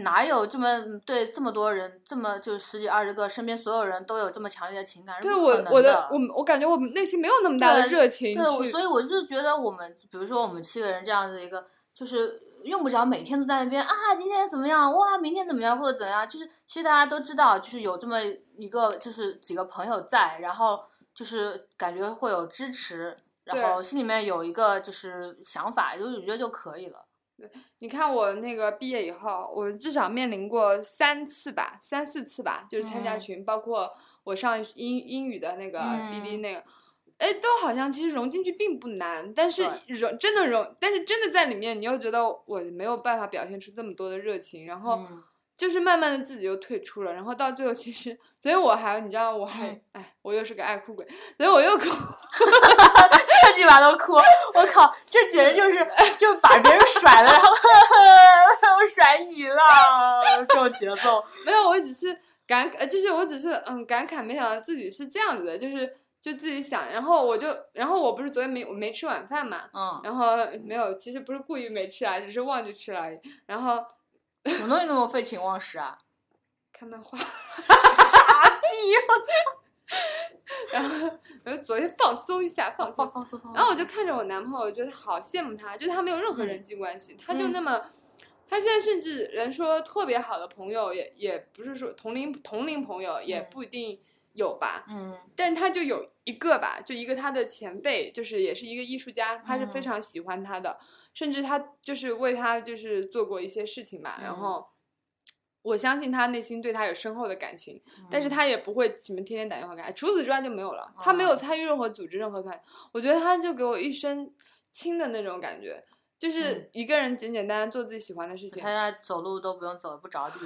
S2: 哪有这么对这么多人，这么就十几二十个身边所有人都有这么强烈的情感，是
S3: 对
S2: 不
S3: 我
S2: 可能
S3: 我
S2: 的
S3: 的我们我感觉我们内心没有那么大的
S2: 对
S3: 热情
S2: 对，我
S3: 去
S2: 所以我就觉得我们，比如说我们七个人这样子一个，就是用不着每天都在那边啊，今天怎么样，哇，明天怎么样，或者怎样，就是其实大家都知道，就是有这么一个，就是几个朋友在，然后就是感觉会有支持，
S3: 对
S2: 然后心里面有一个就是想法，就是我觉得就可以了。
S3: 你看我那个毕业以后，我至少面临过三次吧，三四次吧，就是参加
S2: 嗯
S3: 群，包括我上英英语的那个
S2: 嗯
S3: BD 那个，哎，都好像其实融进去并不难，但是
S2: 对
S3: 融真的融，但是真的在里面，你又觉得我没有办法表现出这么多的热情，然后
S2: 嗯 *laughs*
S3: 就是慢慢的自己又退出了，然后到最后其实，所以我还你知道我还
S2: 嗯
S3: 哎，我又是个爱哭鬼，所以我又哭，
S2: 这鸡巴都哭，我靠，这简直就是就把别人甩了，然后 *laughs* 我甩你了，这种节奏。
S3: 没有，我只是感，呃，就是我只是嗯感慨，没想到自己是这样子的，就是就自己想，然后我就，然后我不是昨天没我没吃晚饭嘛，
S2: 嗯，
S3: 然后没有，其实不是故意没吃啊，只是忘记吃了而已。然后
S2: 什么东西那么废寝忘食啊？
S3: 看漫
S2: *laughs*
S3: 画，
S2: 傻逼！
S3: 然后然后昨天放松一下，放松。
S2: 放松放
S3: 然后我就看着我男朋友，我觉得好羡慕他，就是他没有任何人际关系，他就
S2: 嗯
S3: 那么。他现在甚至连说特别好的朋友也也不是说同龄同龄朋友也
S2: 嗯
S3: 不一定有吧，
S2: 嗯
S3: 但他就有一个吧，就一个他的前辈，就是也是一个艺术家，他是非
S2: 嗯
S3: 常喜欢他的，甚至他就是为他就是做过一些事情吧。然
S2: 嗯
S3: 后我相信他内心对他有深厚的感情，
S2: 嗯，
S3: 但是他也不会什么天天打电话给他。除此之外就没有了，他没有
S2: 哦
S3: 参与任何组织任何团。我觉得他就给我一身轻的那种感觉，就是
S2: 嗯
S3: 一个人简简单单做自己喜欢的事情
S2: 他。现在走路都不用走，不着地。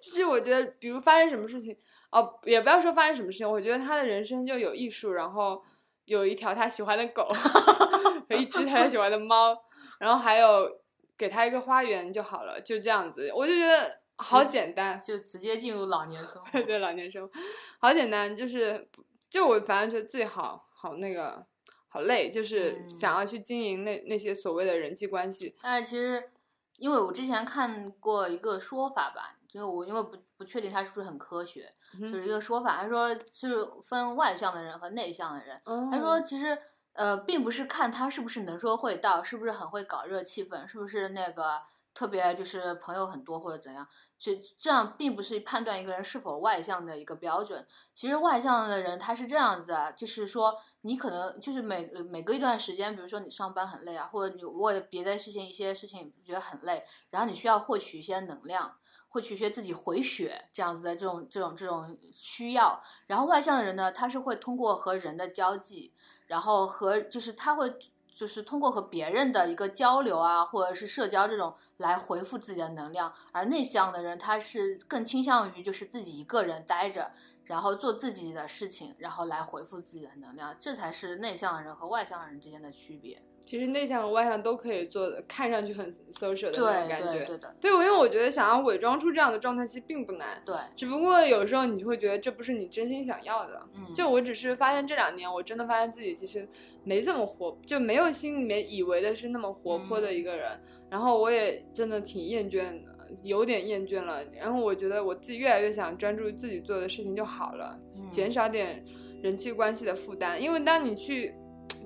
S3: 其实我觉得，比如发生什么事情，哦，也不要说发生什么事情，我觉得他的人生就有艺术，然后有一条他喜欢的狗， *laughs* 和一只他喜欢的猫，然后还有给他一个花园就好了，就这样子，我就觉得好
S2: 是
S3: 简单。
S2: 就直接进入老年生活。
S3: 对老年生活，好简单，就是就我反正觉得自己好好那个好累，就是
S2: 嗯
S3: 想要去经营那那些所谓的人际关系，
S2: 但是其实，因为我之前看过一个说法吧，就是我因为不不确定它是不是很科学，
S3: 就
S2: 就是一个说法，他说就是分外向的人和内向的人。他
S3: 他
S2: 说其实呃，并不是看他是不是能说会道，是不是很会搞热气氛，是不是那个特别就是朋友很多或者怎样，就这样并不是判断一个人是否外向的一个标准。其实外向的人他是这样子的，就是说你可能就是每呃每隔一段时间，比如说你上班很累啊，或者你为了别的事情一些事情觉得很累，然后你需要获取一些能量。获取一些自己回血这样子的这种这种这种需要，然后外向的人呢，他是会通过和人的交际，然后和就是他会就是通过和别人的一个交流啊，或者是社交这种来回复自己的能量，而内向的人他是更倾向于就是自己一个人待着，然后做自己的事情，然后来回复自己的能量，这才是内向的人和外向的人之间的区别。
S3: 其实内向和外向都可以做的，看上去很 social 的
S2: 对
S3: 那种感觉。
S2: 对对的，
S3: 对，我因为我觉得想要伪装出这样的状态其实并不难，
S2: 对，
S3: 只不过有时候你就会觉得这不是你真心想要的。
S2: 嗯，
S3: 就我只是发现这两年，我真的发现自己其实没这么活，就没有心里面以为的是那么活泼
S2: 嗯
S3: 的一个人。然后我也真的挺厌倦的，有点厌倦了。然后我觉得我自己越来越想专注于自己做的事情就好了，
S2: 嗯
S3: 减少点人际关系的负担。因为当你去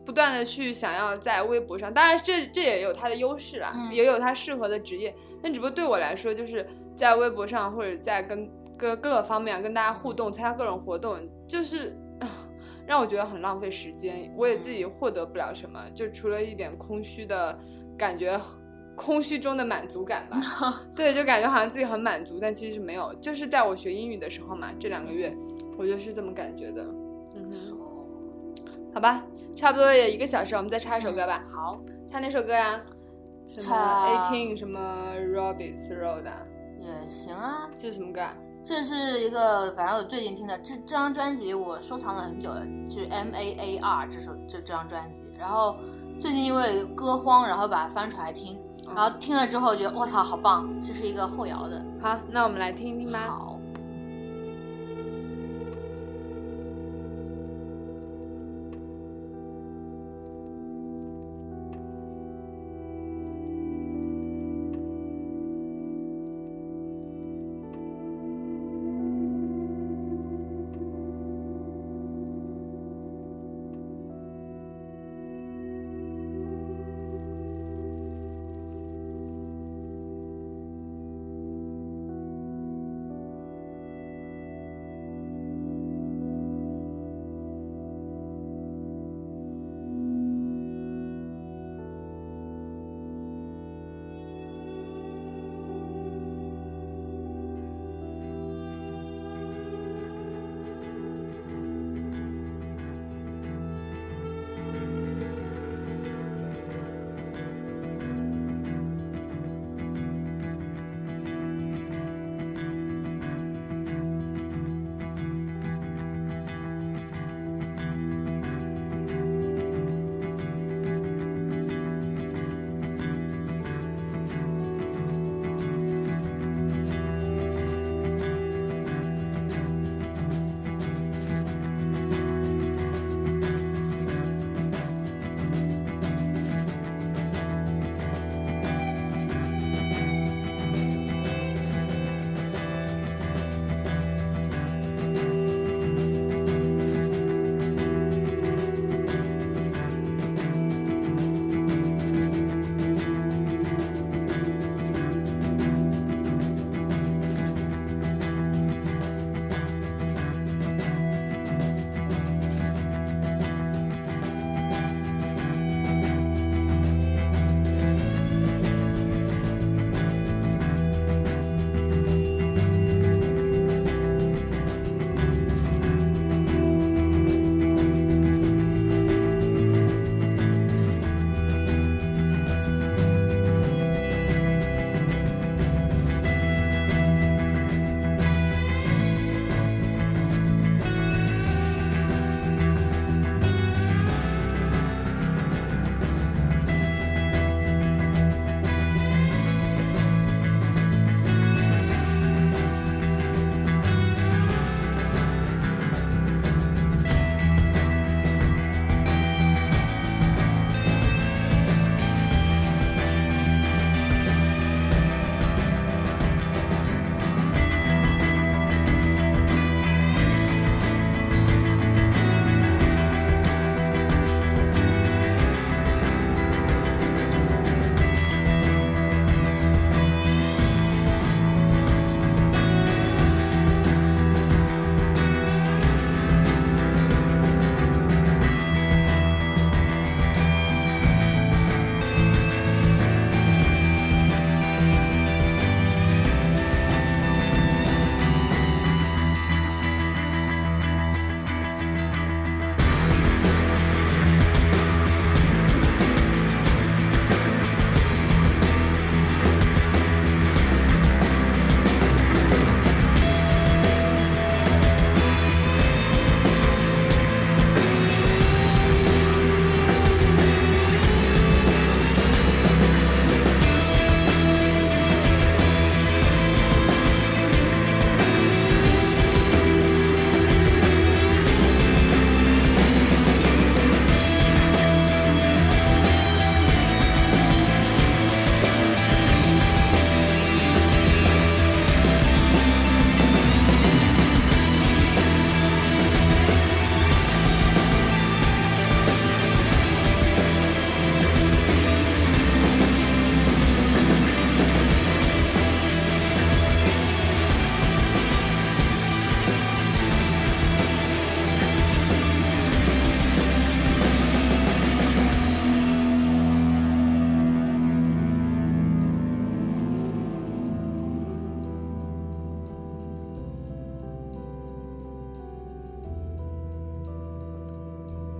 S3: 不断的去想要在微博上，当然这这也有它的优势啦，
S2: 嗯
S3: 也有它适合的职业。但只不过对我来说，就是在微博上或者在跟各各个方面跟大家互动，参加各种活动，就是 *laughs* 啊让我觉得很浪费时间，我也自己获得不了什么，就除了一点空虚的感觉。空虚中的满足感吧，对，就感觉好像自己很满足，但其实是没有。就是在我学英语的时候嘛，这两个月我就是这么感觉的。嗯哼，好吧，差不多也一个小时，我们再插一首歌吧。
S2: 好，
S3: 唱哪首歌呀、什么
S2: 唱
S3: Eighteen 什么 Robbie's Road 啊？
S2: 也行啊。
S3: 这是什么歌啊？
S2: 这是一个，反正我最近听的这这张专辑，我收藏了很久了，就是 M A A R 这首这这张专辑。然后最近因为歌荒，然后把它翻出来听，
S3: 嗯
S2: 然后听了之后觉得我操，好棒！这是一个后摇的，
S3: 好，那我们来听一听吧。
S2: 好，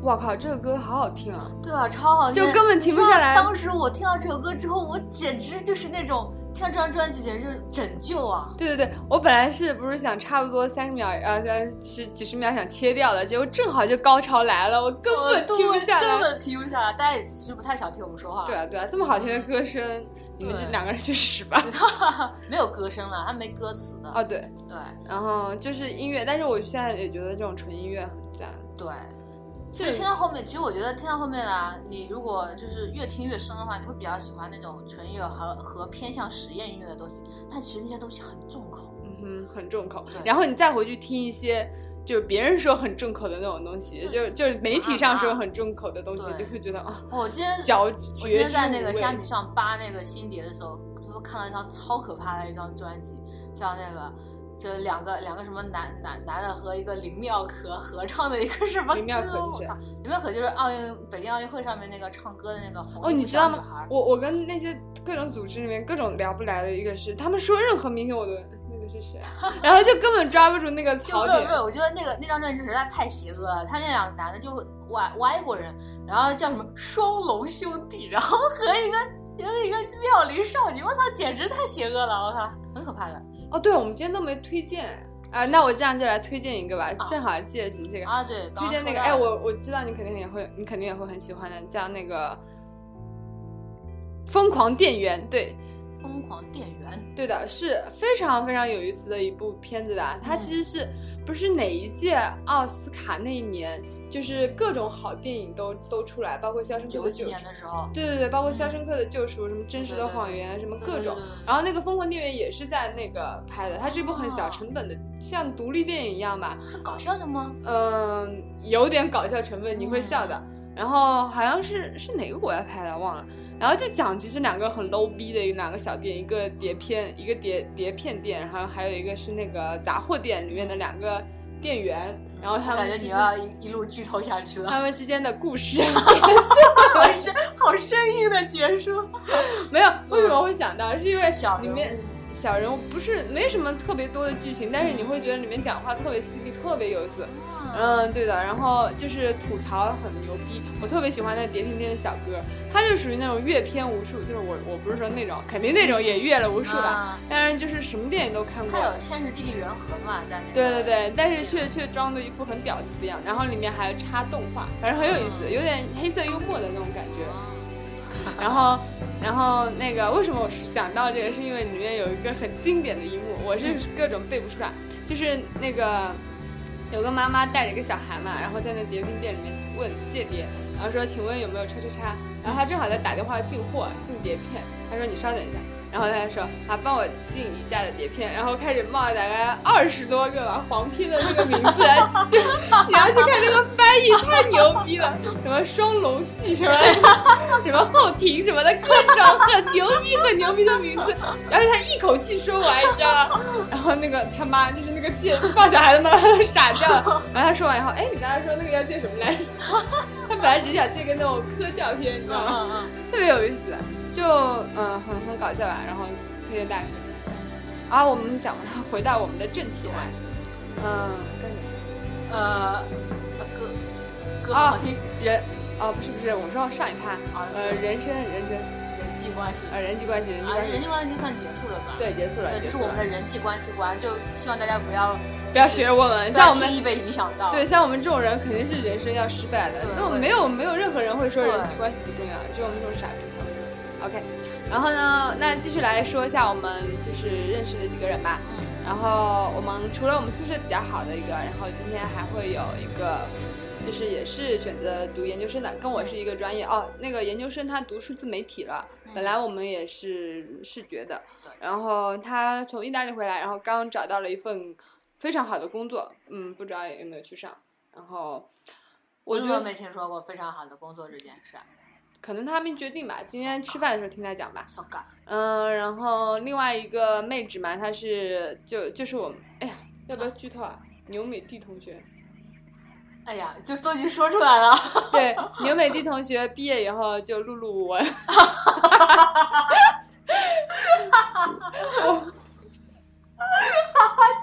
S3: 我靠，这个歌好好听啊！
S2: 对啊，超好听，
S3: 就根本停不下来
S2: 就当时我听到这首歌之后，我简直就是那种听到这张专辑简直就是拯救啊！
S3: 对对对，我本来是不是想差不多三十秒，呃，呃十几十秒想切掉的，结果正好就高潮来了，我根本
S2: 对
S3: 停不下
S2: 根
S3: 来。
S2: 本停不下来。大家也其实不太想听我们说话，
S3: 对啊对啊，这么好听的歌声，
S4: 你们这两个人去死吧！
S2: *laughs* 没有歌声了，它没歌词的。
S3: *laughs* 哦，对，
S2: 对
S3: 然后就是音乐，但是我现在也觉得这种纯音乐很赞。
S2: 对，
S3: 这
S2: 就是听到后面，其实我觉得听到后面啊，你如果就是越听越深的话，你会比较喜欢那种纯音乐和和偏向实验音乐的东西。但其实那些东西很重口，
S3: 嗯哼，很重口
S2: 对。
S3: 然后你再回去听一些，就是别人说很重口的那种东西，就
S2: 对
S3: 就是媒体上说
S2: 啊
S3: 很重口的东西，
S2: 对
S3: 就会觉得啊，
S2: 我今天
S3: 嚼
S2: 我今
S3: 嚼
S2: 天在那个虾米上扒那个新碟的时候，就会看到一张超可怕的一张专辑，叫那个。就两个两个什么男男男的和一个林妙可合唱的一个什么歌，
S3: 林妙可是
S2: 我
S3: 谁
S2: 靠！林妙可就是奥运北京奥运会上面那个唱歌的那个红
S3: 哦，
S2: 衣
S3: 你
S2: 服
S3: 知道
S2: 小女孩
S3: 吗
S2: 儿？
S3: 我我跟那些各种组织里面各种聊不来的一个是，他们说任何明星我都那个是谁，啊
S2: *laughs*
S3: 然后就根本抓不住那个
S2: 就
S3: 槽
S2: 没有
S3: 点
S2: 没。有，我觉得那个那张专辑实在太邪恶了。他那两个男的就外外国人，然后叫什么双龙兄弟，然后和一个和一个妙龄少女，我操，简直太邪恶了，我靠，很可怕的。嗯
S3: 哦，对，我们今天都没推荐啊、那我这样就来推荐一个吧，
S2: 啊
S3: 正好借起这个。
S2: 啊，对，刚
S3: 推
S2: 刚
S3: 荐那
S2: 说
S3: 个，
S2: 到
S3: 哎，
S2: 了
S3: 我我知道你肯定也会，你肯定也会很喜欢的，叫那个《疯狂店员》。对，
S2: 疯狂店员，
S3: 对的，是非常非常有意思的一部片子吧。
S2: 嗯
S3: 它其实是不是哪一届奥斯卡那一年，就是各种好电影都都出来，包括《肖申克
S2: 九
S3: 的
S2: 几
S3: 救赎
S2: 年》。的时候，
S3: 对对对，包括《肖申克的救赎》、什么《真实
S2: 对
S3: 的
S2: 对对嗯
S3: 谎言》、什么
S2: 对
S3: 各
S2: 对
S3: 种
S2: 对对。对
S3: 然后那个《疯狂店员》也是在那个拍的，它是一部很
S2: 啊
S3: 小成本的，像独立电影一样吧。
S2: 是搞笑的吗？
S3: 嗯，有点搞笑成分，你会笑的。
S2: 嗯
S3: 然后好像是是哪个国家拍的忘了，然后就讲其实两个很 low 逼的两个小店，一个碟片，一个碟碟片店，然后还有一个是那个杂货店里面的两个店员，然后
S2: 我
S3: 他们
S2: 感觉
S3: 之
S2: 你
S3: 间
S2: 要一一路剧透下去了，
S3: 他们之间的
S2: *laughs*
S3: 故事， *laughs*
S2: 好深好生硬的结束。
S3: 没有为什么会想到，是因为
S2: 小
S3: 里
S2: 人
S3: 面
S2: 物
S3: 小人物不是没什么特别多的剧情，但是你会觉得里面讲话特别犀利，特别有意思。
S2: 嗯
S3: 嗯，对的。然后就是吐槽很牛逼，我特别喜欢那碟片店的小哥，他就属于那种阅片无数，就是我我不是说那种，肯定那种也阅了无数吧，
S2: 啊
S3: 但是就是什么电影都看
S2: 他
S3: 过。
S2: 有天时地利人和嘛，在那个
S3: 对对对，但是
S2: 电
S3: 却却装的一副很屌丝的样子，然后里面还插动画，反正很有意思，
S2: 嗯
S3: 有点黑色幽默的那种感觉。
S2: 影
S3: 然后，然后那个为什么我想到这个，是因为里面有一个很经典的一幕，我是各种背不出来，就是那个有个妈妈带着一个小孩嘛，然后在那碟片店里面问借碟，然后说请问有没有叉叉叉，然后他正好在打电话进货进碟片，他说你稍等一下。然后他就说啊，帮我进一下的碟片，然后开始冒大概二十多个吧黄片的那个名字，就 *laughs* 然后就看那个翻译太牛逼了，什么双龙戏什么什么后庭什么的，各种很牛逼很牛逼的名字，而且他一口气说完，你知道吗？然后那个他妈就是那个借放小孩的妈妈都傻掉了，然后他说完以后，哎，你刚才说那个要借什么来着？他本来只想借个那种科教片，你知道吗？
S2: 嗯嗯
S3: 特别有意思，就嗯很很搞笑吧，然后推荐大家可以看一下。啊，我们讲完了，回到我们的正题来，嗯，跟
S2: 嗯呃歌歌
S3: 啊
S2: 好听，
S3: 人哦不是不是，我说上一趴，
S2: 啊
S3: 呃人生人生
S2: 人际关系
S3: 呃人际关系人际
S2: 啊，
S3: 关
S2: 这人
S3: 系
S2: 际关系就算结束了吧？
S3: 对结束了，
S2: 对，这
S3: 结
S2: 是
S3: 束
S2: 我们
S3: 了
S2: 的人际关系观，就希望大家不要
S3: 不要学我们，
S2: 不要
S3: 像我们
S2: 轻易被影响到。
S3: 对，像我们这种人肯定是人生要失败的
S2: 对。
S3: 那我
S2: 对
S3: 没有没有任何人会说
S2: 对
S3: 人际关系不重要，只有我们这种傻逼才会。OK，然后呢，那继续来说一下我们就是认识的几个人吧。
S2: 嗯
S3: 然后我们除了我们宿舍比较好的一个，然后今天还会有一个，就是也是选择读研究生的，跟我是一个专业哦。那个研究生他读数字媒体了，本来我们也是视觉的
S2: 嗯对，
S3: 然后他从意大利回来，然后刚找到了一份非常好的工作，嗯，不知道有没有去上。然后我觉
S2: 嗯我
S3: 得
S2: 没听说过非常好的工作这件事，
S3: 可能他还没决定吧，今天吃饭的时候听他讲吧。
S2: so g
S3: 嗯，然后另外一个妹纸嘛，她是就就是我们，哎呀，要不要剧透啊？牛美娣同学，
S2: 哎呀，就都已经说出来了，
S3: 对，牛美娣同学毕业以后就碌碌无闻。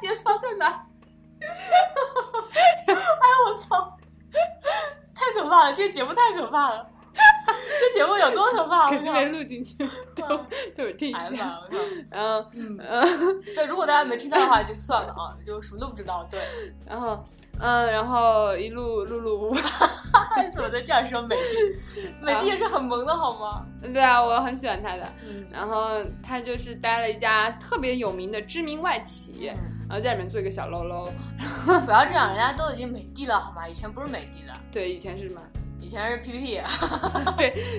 S2: 节操在哪？哎呀，我操！太可怕了，这节目太可怕了，这节目有多可怕？我
S3: *laughs* 肯定没
S2: 靠！
S3: 录进去，都都是听一
S2: 哎呀
S3: 下。
S2: 妈，我靠！
S3: *laughs* 然后，
S2: 嗯，
S3: 嗯，
S2: 对，如果大家没听到的话，就算了啊，就什么都不知道。对， *laughs*
S3: 然后，嗯，然后一路碌碌无为。
S2: 怎么能这样说美帝？美帝也是很萌的好吗？
S3: 对啊，我很喜欢他的。
S2: 嗯
S3: 然后他就是待了一家特别有名的知名外企，
S2: 嗯
S3: 然后在里面做一个小喽喽。
S2: 不要这样，人家都已经美帝了好吗？以前不是美帝的，
S3: 对，以前是什么？ *laughs*
S2: 以前是 PPT，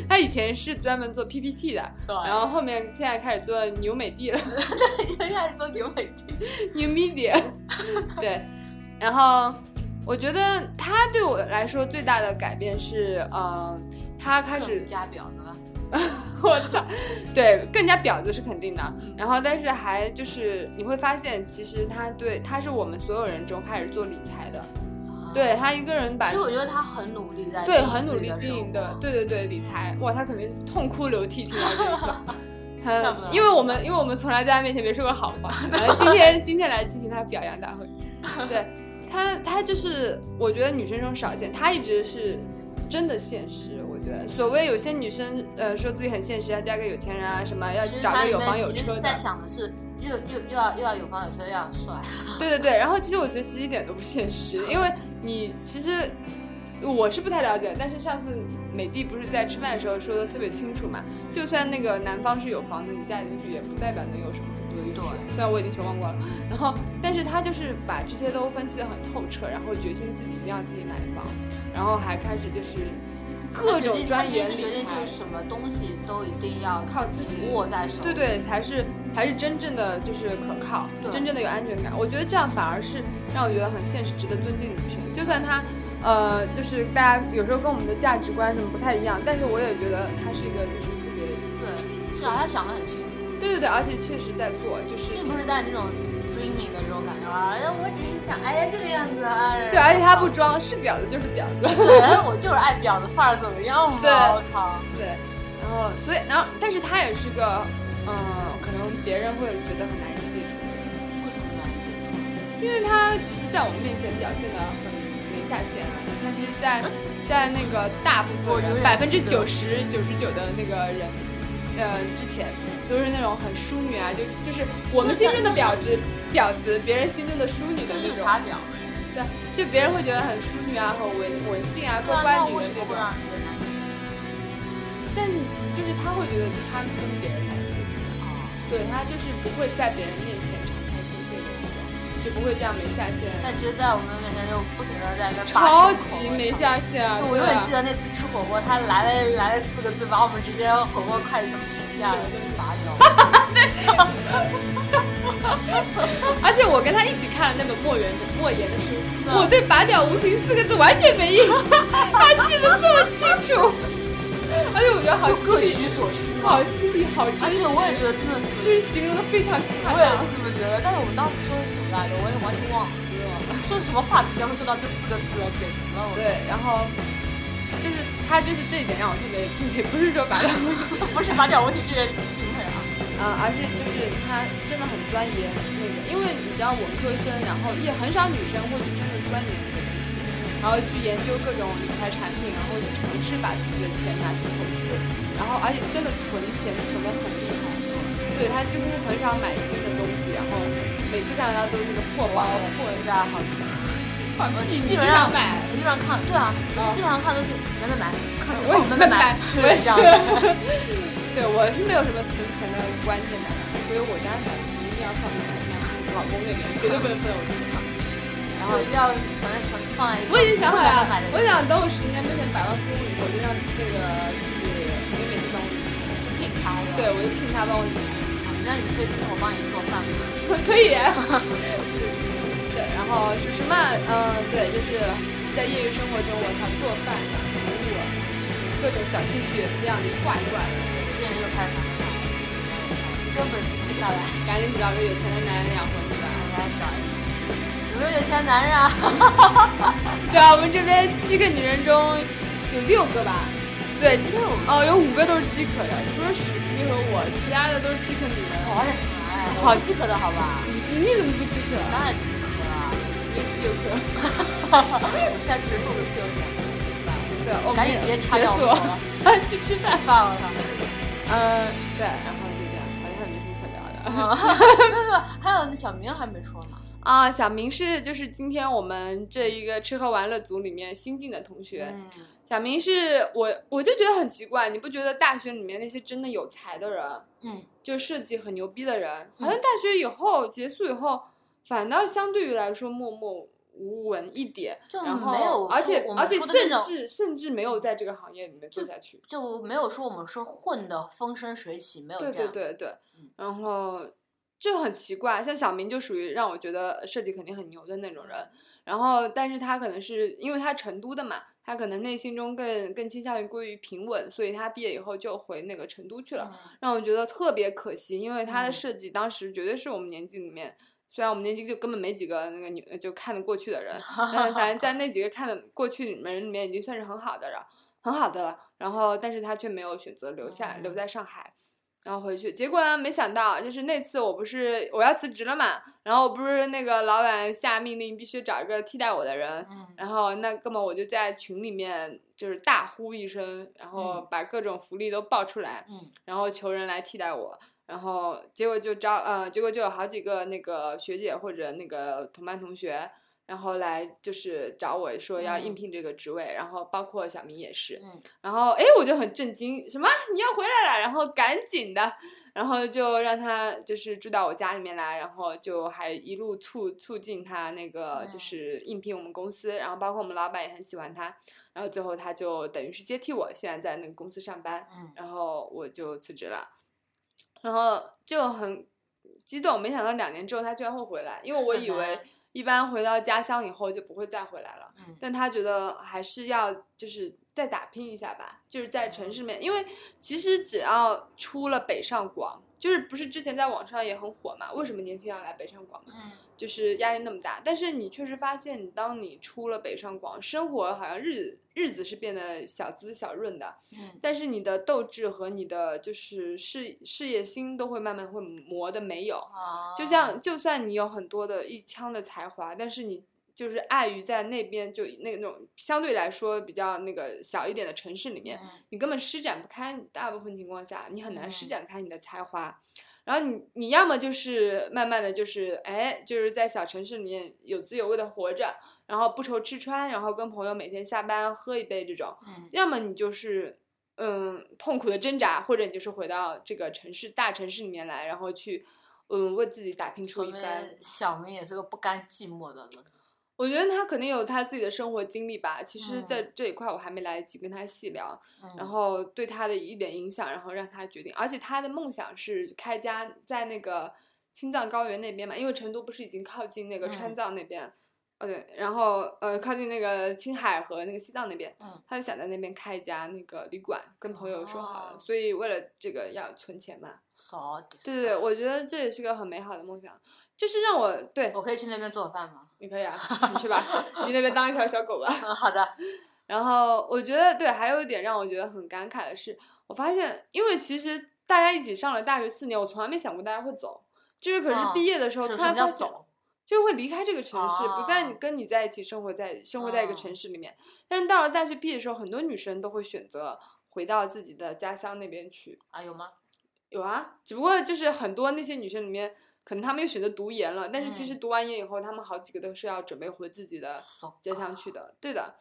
S3: 他以前是专门做 PPT 的，
S2: 对，
S3: 然后后面现在开始做牛美的了。
S2: *laughs* 现在都有美帝。
S3: new media，对，然后我觉得他对我来说最大的改变是，嗯、他开
S2: 更
S3: 始，
S2: 加婊子了，
S3: *laughs* 我操，对，更加婊子是肯定的，然后但是还就是你会发现，其实他对他是我们所有人中开始做理财的，
S2: 啊
S3: 对他一个人把
S2: 其实我觉得他很努力在
S3: 对
S2: 经营
S3: 很努
S2: 自己
S3: 力
S2: 的
S3: 经
S2: 生
S3: 营的
S2: 活，
S3: 对对对理财，哇，他肯定痛哭流涕听到这一
S2: *laughs*
S3: 段。
S2: 怪不得
S3: 嗯，因为我们因为我们从来在他面前没说过好
S2: *laughs*
S3: 话，然后今天今天来进行他表扬大会，对他他就是我觉得女生中少见，他一直是真的现实，我觉得所谓有些女生呃说自己很现实，要嫁给有钱人啊什么，要
S2: 其实
S3: 找
S2: 他
S3: 个
S2: 里
S3: 有
S2: 面
S3: 房有
S2: 其
S3: 车
S2: 实
S3: 的
S2: 在，想的是又又又要又要有房有车又要帅，
S3: 对对对，然后其实我觉得其实一点都不现实，因为你其实我是不太了解，但是上次美帝不是在吃饭的时候说的特别清楚嘛，就算那个男方是有房子，你嫁进去也不代表能有什么很多优势。
S2: 对
S3: 虽然我已经全忘光了，然后但是他就是把这些都分析的很透彻，然后决心自己一定要自己买房，然后还开始就是各
S2: 他决
S3: 种
S2: 定
S3: 钻研
S2: 他其实
S3: 理
S2: 决定
S3: 财
S2: 就是。什么东西都一定要
S3: 靠自己
S2: 握在手，
S3: 对，对，才是还是真正的就是可靠，
S2: 对
S3: 真正的有安全感。我觉得这样反而是让我觉得很现实、值得尊敬的女生。就算她，呃，就是大家有时候跟我们的价值观什么不太一样，但是我也觉得她是一个就是特别，
S2: 对，至少他想的很清楚，
S3: 对对对，而且确实在做，就是
S2: 并不是在那种 dreaming 的这种感觉啊，哎呀，我只是想，哎呀这个样子啊，哎呀
S3: 对，而且她不装，是婊子就是婊子。 *laughs*
S2: 对，我就是爱婊子范儿，怎么样嘛？
S3: 对
S2: 我靠，
S3: 对，然后所以然后，但是她也是个，嗯、可能别人会觉得很难以接触，
S2: 为什么难以接触？
S3: 因为她只是在我们面前表现的很没下限，那其实在，在那个大部
S2: 啊我
S3: 分
S2: 永远
S3: 人百分
S2: 记
S3: 之
S2: 得
S3: 九十九十九的那个人，呃，之前都是那种很淑女啊，就就是我们心中的婊
S2: *laughs*
S3: 子，婊子，别人心中的淑女的
S2: 这
S3: 那
S2: 绿
S3: 种，
S2: 茶婊。
S3: 对，就别人会觉得很淑女啊，很文文静啊，
S2: 对
S3: 乖
S2: 啊，那
S3: 乖
S2: 为
S3: 女人
S2: 什么
S3: 那
S2: 会
S3: 种，
S2: 让人觉得难以接
S3: 但就是他会觉得他跟别人来接触。
S2: 触？哦
S3: 对他就是不会在别人面前敞开心扉的那种，就不会这样没下限，啊
S2: 但其实，在我们面前就不停的在那边扒胸
S3: 超
S2: 口
S3: 级
S2: 我
S3: 没
S2: 操
S3: 下限
S2: 就
S3: 啊！
S2: 我
S3: 对
S2: 永远
S3: 啊
S2: 记得那次吃火锅，他来了来了四个字，把我们直接火锅筷子全部停下了，就拔掉。
S3: 而且我跟他一起看了那本莫言的莫言的书，
S2: 对
S3: 我对“拔屌无情”四个字完全没印
S2: *laughs*
S3: 象，他记得这么清楚，而且我觉得好
S2: 就各
S3: 犀
S2: 取
S3: 利，
S2: 所需嘛。
S3: 好犀利，好
S2: 啊，
S3: 真
S2: 对，
S3: 实，
S2: 我也觉得真的，
S3: 就是是形容的非常恰
S2: 我也
S3: 当
S2: 是。这么觉得。但是我们当时说的是什么来着？我也完全忘了，说什么话题才会说到这四个字啊，简直了！我
S3: 对，然后就是他就是这一点让我特别敬佩，不是说拔屌无情。
S2: 不是拔掉问题这件事情会啊。
S3: 啊，而是就是他真的很钻研那个，因为你知道文科生，然后也很少女生会去真的钻研这个东西，然后去研究各种理财产品，然后去尝试把自己的钱拿去投资，然后而且真的存钱存的很厉害，对他几乎很少买新的东西，然后每次看到他都是那个破包
S2: 我、
S3: 破
S2: 膝盖好疼，
S3: *laughs* 放屁，
S2: 基本上
S3: 买。
S2: 我基本上看，对啊，我基本上看都是买买买，看这个
S3: 我也
S2: 哦买买买， *laughs*
S3: 我也
S2: 这
S3: 是
S2: 样子。。
S3: *laughs* 对，我是没有什么存钱的观念的，所以我家小钱一定要放在我家老公那边，绝对不能分我自己放。
S2: 然
S3: 然
S2: 后
S3: 后
S2: 一定要存存放在一个
S3: 我已经想好了
S2: 不会买的，
S3: 我想等我十年变成百万富翁以后，我就让这个就是美美就帮我理财，
S2: 就聘他了。
S3: 对，我就聘他帮我理财，
S2: 那你可以我帮你做饭吗？
S3: 可以。对，然后是什么？嗯，对，就是在业余生活中，我常做饭、养植物，各种小兴趣也培养的一挂一挂的。
S2: 这人又开始根本停不下来，
S3: 赶紧找个有钱的男人养活你吧。
S2: 我来找一个。有没有有钱男人啊？ *laughs*
S3: 对啊，我们这边七个女人中有六个吧？对，六哦，有五个都是饥渴的，除了史西和我，其他的都是饥渴女人。
S2: 早点出来，
S3: 好
S2: 饥渴的好吧？
S3: 你你怎么不饥渴？
S2: 当然饥渴了，
S3: *laughs* 你饥渴。
S2: 啊
S3: *laughs*
S2: 我现在其实肚子是有点饿的，
S3: 对，我们
S2: 赶紧直接掐掉
S3: 解
S2: 我了
S3: *laughs* 锁，去吃饭。
S2: 饭了。
S3: 嗯，对，然后就这样，好像也没什么可聊的。
S2: 吗？没有没有，还有小明还没说呢。
S3: *laughs* 啊，小明是就是今天我们这一个吃喝玩乐组里面新进的同学。
S2: 嗯，
S3: 小明是我，我就觉得很奇怪，你不觉得大学里面那些真的有才的人，
S2: 嗯，
S3: 就设计很牛逼的人，好像大学以后结束以后，反倒相对于来说默默无闻一点，
S2: 就
S3: 然后
S2: 嗯没有
S3: 而且
S2: 说我们
S3: 而且
S2: 说的那
S3: 甚
S2: 种
S3: 至甚至没有在这个行业里面做下去。
S2: 就没有说我们说混的风生水起，没有这
S3: 对
S2: 样。
S3: 对对对
S2: 嗯，
S3: 然后就很奇怪，像小明就属于让我觉得设计肯定很牛的那种
S2: 嗯
S3: 人，然后但是他可能是因为他成都的嘛，他可能内心中更更倾向于归于平稳，所以他毕业以后就回那个成都去了，
S2: 嗯
S3: 让我觉得特别可惜，因为他的
S2: 嗯
S3: 设计当时绝对是我们年纪里面。虽然我们年纪就根本没几个那个女就看得过去的人，但是反正在那几个看得过去里面人里面已经算是很好的了，很好的了。然后，但是他却没有选择留下，留
S2: 嗯
S3: 在上海，然后回去。结果呢，没想到就是那次我不是我要辞职了嘛，然后我不是那个老板下命令必须找一个替代我的人，
S2: 嗯
S3: 然后那哥们我就在群里面就是大呼一声，然后
S2: 嗯
S3: 把各种福利都爆出来，
S2: 嗯
S3: 然后求人来替代我，然后结果就招呃，结果就有好几个那个学姐或者那个同班同学，然后来就是找我说要应
S2: 嗯
S3: 聘这个职位，然后包括小明也是，
S2: 嗯
S3: 然后哎我就很震惊，什么你要回来了，然后赶紧的。然后就让他就是住到我家里面来，然后就还一路促促进他那个
S2: 嗯
S3: 就是应聘我们公司，然后包括我们老板也很喜欢他，然后最后他就等于是接替我，现在在那个公司上班。
S2: 嗯
S3: 然后我就辞职了，然后就很激动，没想到两年之后他居然会回来，因为我
S2: 是
S3: 以为
S2: 吗
S3: 一般回到家乡以后就不会再回来了，
S2: 嗯
S3: 但他觉得还是要就是再打拼一下吧，就是在城市里面，因为其实只要出了北上广，就是不是之前在网上也很火嘛，为什么年轻人要来北上广嘛？
S2: 嗯
S3: 就是压力那么大，但是你确实发现，你当你出了北上广，生活好像日日子是变得小滋小润的，
S2: 嗯
S3: 但是你的斗志和你的就是事事业心都会慢慢会磨的没有。
S2: 啊，
S3: 就像就算你有很多的一腔的才华，但是你就是碍于在那边就那种相对来说比较那个小一点的城市里面，
S2: 嗯
S3: 你根本施展不开。大部分情况下，你很难施
S2: 嗯
S3: 展开你的才华。然后你你要么就是慢慢的就是哎，就是在小城市里面有滋有味的活着，然后不愁吃穿，然后跟朋友每天下班喝一杯这种。
S2: 嗯
S3: 要么你就是嗯痛苦的挣扎，或者你就是回到这个城市大城市里面来，然后去嗯为自己打拼出
S2: 说
S3: 一
S2: 明
S3: 番。
S2: 小明也是个不甘寂寞的人。
S3: 我觉得他肯定有他自己的生活经历吧。其实，
S2: 嗯
S3: 在这一块我还没来得及跟他细聊，
S2: 嗯
S3: 然后对他的一点影响，然后让他决定。而且他的梦想是开家在那个青藏高原那边嘛，因为成都不是已经靠近那个川
S2: 嗯
S3: 藏那边。呃，对，然后呃，靠近那个青海和那个西藏那边，
S2: 嗯
S3: 他就想在那边开一家那个旅馆，跟朋友说好了，
S2: 哦
S3: 所以为了这个要存钱嘛。
S2: 扫地
S3: 对对对，我觉得这也是个很美好的梦想，就是让我对
S2: 我可以去那边做饭吗？
S3: 你可以啊，你去吧，你那边当一条小狗吧。
S2: 嗯，好的。
S3: 然后我觉得对，还有一点让我觉得很感慨的是，我发现，因为其实大家一起上了大学四年，我从来没想过大家会走，就是可是
S2: 啊
S3: 毕业的时候
S2: 是
S3: 突
S2: 什
S3: 然
S2: 么叫
S3: 发现，
S2: 走？
S3: 就会离开这个城市，不再你
S2: 哦嗯
S3: 跟你在一起生活在生活在一个城市里面。但是到了大学毕业的时候，很多女生都会选择回到自己的家乡那边去。
S2: 啊，有吗？
S3: 有啊，只不过就是很多那些女生里面，可能她们又选择读研了，但是其
S2: 嗯
S3: 实读完研以后，她们好几个都是要准备回自己的
S2: 扫
S3: 接上去的，对的。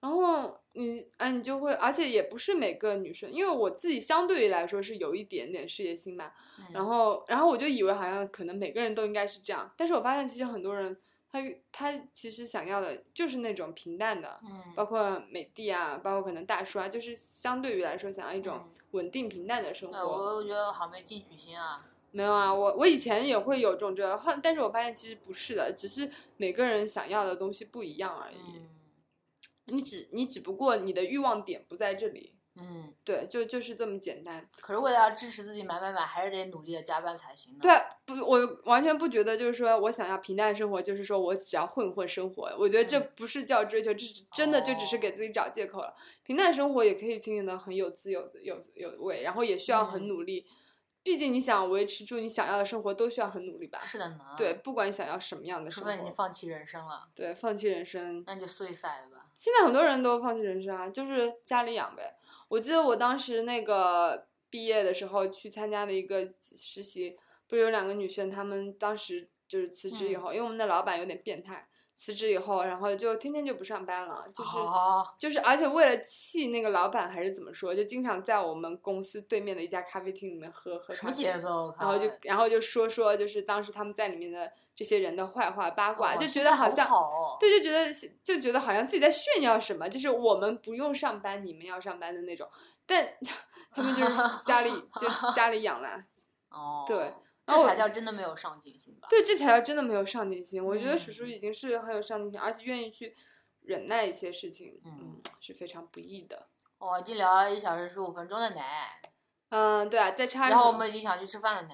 S3: 然后你，哎，你就会，而且也不是每个女生，因为我自己相对于来说是有一点点事业心嘛。
S2: 嗯
S3: 然后，然后我就以为好像可能每个人都应该是这样，但是我发现其实很多人他他其实想要的就是那种平淡的，
S2: 嗯
S3: 包括美的啊，包括可能大叔啊，就是相对于来说想要一种
S2: 嗯
S3: 稳定平淡的生活。
S2: 对，我我觉得我好没进取心啊。
S3: 没有啊，我我以前也会有这种这个，后但是我发现其实不是的，只是每个人想要的东西不一样而已。
S2: 嗯
S3: 你只你只不过你的欲望点不在这里，
S2: 嗯，
S3: 对，就就是这么简单。
S2: 可是为了要支持自己买买买，还是得努力的加班才行的。
S3: 对，不，我完全不觉得就是说我想要平淡生活，就是说我只要混混生活。我觉得这
S2: 嗯
S3: 不是叫追求，这只真的就只是给
S2: 哦
S3: 自己找借口了。平淡生活也可以经营的很有滋有有有味，然后也需要很
S2: 嗯
S3: 努力。毕竟你想维持住你想要的生活，都需要很努力吧？
S2: 是的呢。
S3: 对，，不管你想要什么样的
S2: 除
S3: 生
S2: 非你
S3: 活，
S2: 放弃人生了，
S3: 对，放弃人生
S2: 那就碎赛吧。
S3: 现在很多人都放弃人生啊，就是家里养呗。我记得我当时那个毕业的时候去参加了一个实习，不是有两个女生，她们当时就是辞职
S2: 嗯
S3: 以后，因为我们的老板有点变态，辞职以后，然后就天天就不上班了，就是、
S2: 哦，
S3: 就是，而且为了气那个老板还是怎么说，就经常在我们公司对面的一家咖啡厅里面喝喝
S2: 什
S3: 咖
S2: 么啊
S3: 啡，
S2: 节奏？
S3: 然后就然后就说说就是当时他们在里面的这些人的坏话八卦，
S2: 哇
S3: 就觉得好像
S2: 好哦
S3: 对，就觉得就觉得好像自己在炫耀什么，就是我们不用上班，你们要上班的那种。
S2: *laughs*
S3: 但他们就是家里就家里养啦，
S2: 哦，
S3: 对，然后
S2: 这
S3: 我
S2: 才叫真的没有上进心吧？
S3: 对，这才叫真的没有上进心。我觉得
S2: 嗯
S3: 叔叔已经是很有上进心，而且愿意去忍耐一些事情，
S2: 嗯
S3: 嗯，是非常不易的。
S2: 哇，这聊了一小时十五分钟的奶，
S3: 嗯，对啊，再插一
S2: 然后我
S3: 句
S2: 们已经想去吃饭了奶。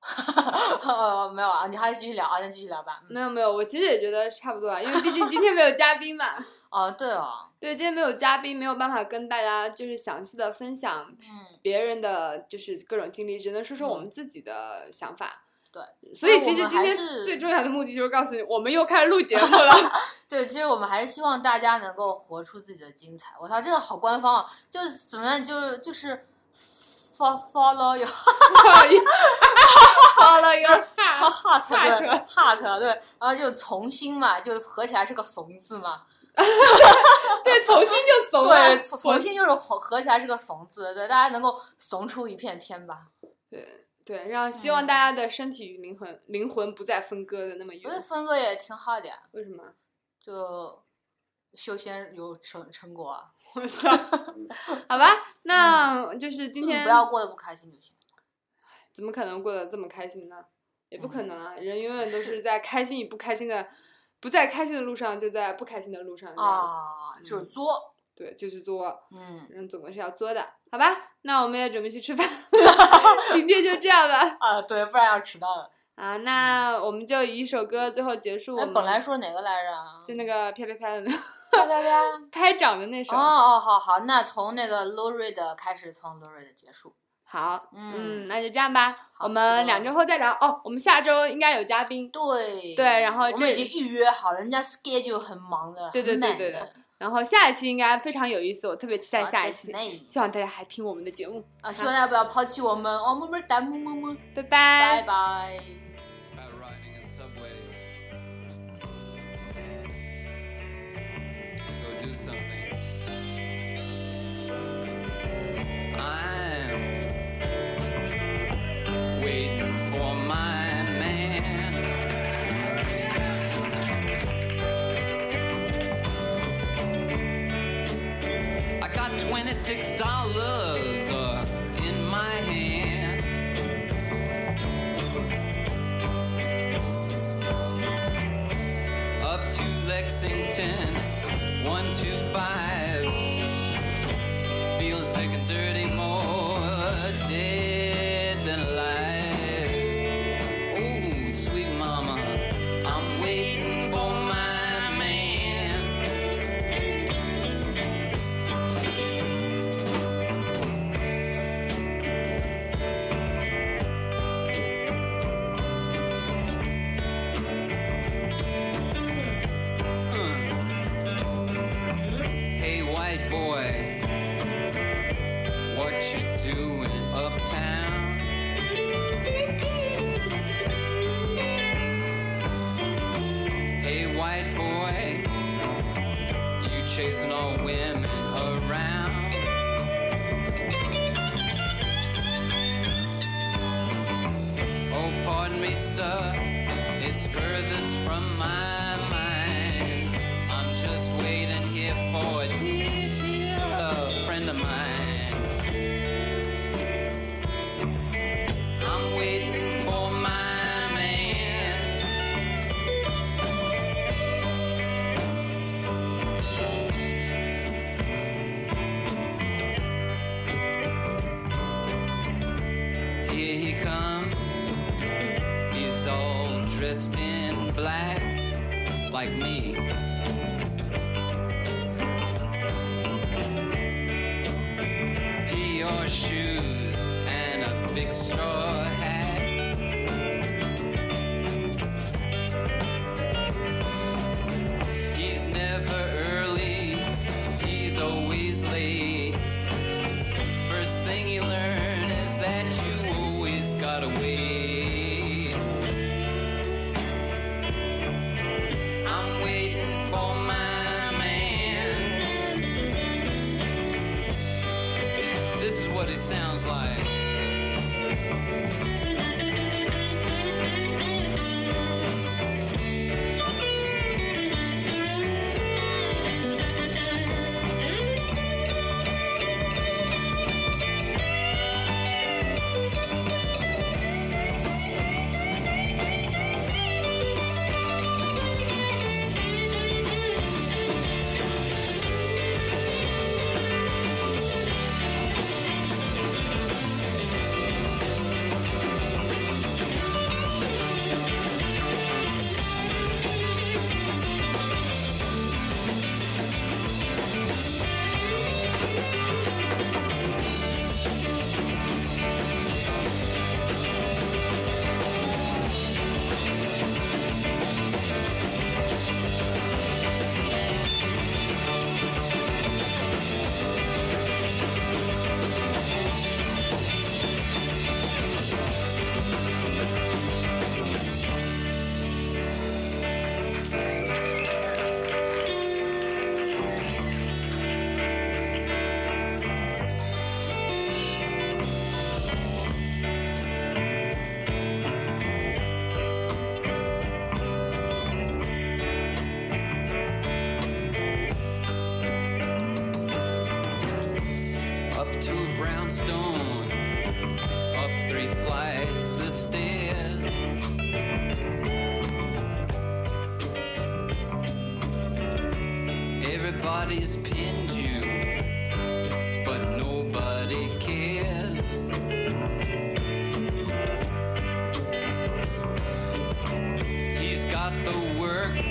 S2: *laughs* 哦，没有啊，你还是继续聊啊，那继续聊吧。嗯
S3: 没有没有，我其实也觉得差不多啊，因为毕竟今天没有嘉宾嘛。 *laughs*
S2: 哦，对哦，
S3: 对，今天没有嘉宾，没有办法跟大家就是详细的分享
S2: 嗯，
S3: 别人的就是各种经历，只能说说我们自己的想法。
S2: 对，
S3: 所以
S2: 那
S3: 其
S2: 我
S3: 实
S2: 们
S3: 今
S2: 还
S3: 天
S2: 是
S3: 最重要的目的就是告诉你，我们又开始录节目
S2: *laughs*
S3: 了。
S2: 对，其实我们还是希望大家能够活出自己的精彩。我操，这个好官方啊，就是怎么样，就是就是 follow follow your *laughs*
S3: 好了，有
S2: heart
S3: 哈，
S2: 对 heart 对，然后就从心嘛，就合起来是个怂字嘛，
S3: *laughs* 对，重新就怂了
S2: 对，。从从心就是合合起来是个怂字，对，大家能够怂出一片天吧。
S3: 对，让希望
S2: 嗯
S3: 大家的身体与灵魂灵魂不再分割的那么
S2: 我觉得
S3: 远。
S2: 分割也挺好的呀，
S3: 为什么？ *laughs*
S2: 就修仙有成成果啊，
S3: 我操！好吧，那就是今
S2: 就你
S3: 天
S2: 嗯不要过得不开心就行。
S3: 怎么可能过得这么开心呢？也不可
S2: 嗯
S3: 能啊！人永远都是在开心与不开心的，不在开心的路上，就在不开心的路上。这样，嗯
S2: 啊，就是作，
S3: 对，就是作。
S2: 嗯，
S3: 人总归是要作的，好吧？那我们也准备去吃饭， *laughs* 今天就这样吧。
S2: 啊，对，不然要迟到了。
S3: 啊，那我们就以一首歌最后结束我
S2: 哎
S3: 们。
S2: 本来说哪个来着啊？
S3: 就那个啪啪啪的那 *laughs*
S2: 啪啪啪。
S3: 拍掌的那首。
S2: 哦哦，好好，那从那个 l o r i 的开始，从 l o r i 的结束。
S3: 好，
S2: 嗯
S3: 嗯，那就这样吧。
S2: 好
S3: 我们两周后再聊。哦，我们下周应该有嘉宾，
S2: 对
S3: 对然后
S2: 我们
S3: 这
S2: 已经预约好了，人家 schedule 很忙的，
S3: 对对对对对然后下一期应该非常有意思，我特别期待下一期。
S2: 期
S3: 希望大家还听我们的节目，
S2: 啊，希望大家不要抛弃我们哦，么么哒，么么么，
S3: 拜
S2: 拜拜。
S1: about riding a subway. To go do something. I'm waiting for my man. I got twenty-six dollars uh, in my hand. up to Lexington, 125. Feeling sick and dirty, more dead than alive. Oh, sweet mama, I'm waiting for my man. Hey, white boy, what you doing uptown? Hey, white boy, you chasing all women around? Oh, pardon me, sir, it's furthest from my mind. I'm just waiting here for a dear, dear friend of mine. I'm waiting for my man. Here he comes. He's all dressed in black, like me. P.R. shoes and a big straw hat. He's never early, he's always late. First thing you learn is that you always gotta wait. stone up three flights of stairs. Everybody's pinned you, but nobody cares. He's got the works,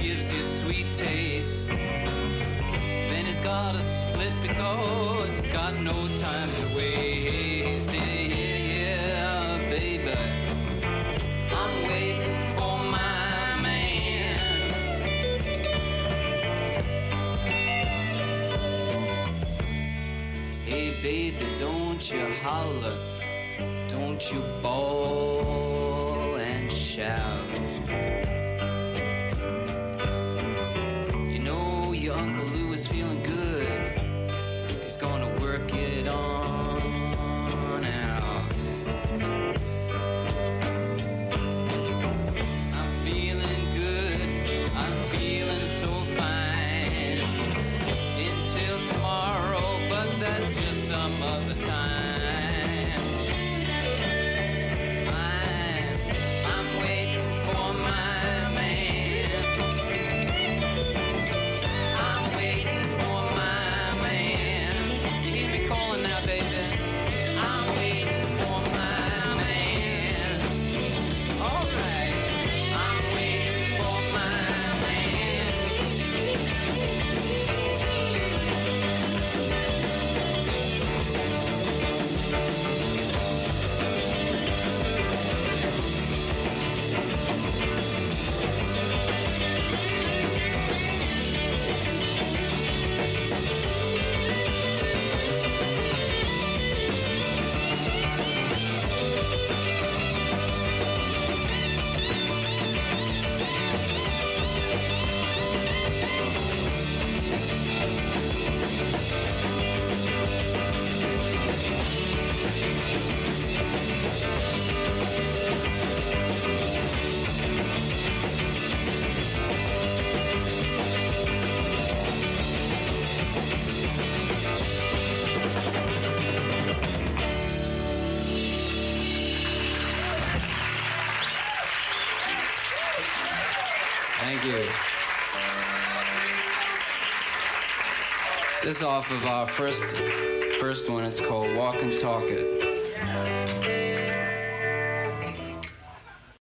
S1: gives you sweet taste. Then he's got a split because he's got no time to waste. Yeah, yeah, yeah, baby. I'm waiting for my man. Hey, baby, don't you holler. Don't you bawl and shout. You know your Uncle Lou is feeling good. He's gonna work it on out. I'm feeling good. I'm feeling so fine. Until tomorrow, but that's just some other time. I'm, I'm waiting for my man. I'm waiting for my man. You hear me calling now, baby? I'm waiting for my man. All right. I'm waiting for my man. Thank you. This off of our first first one. It's called Walk and Talk It.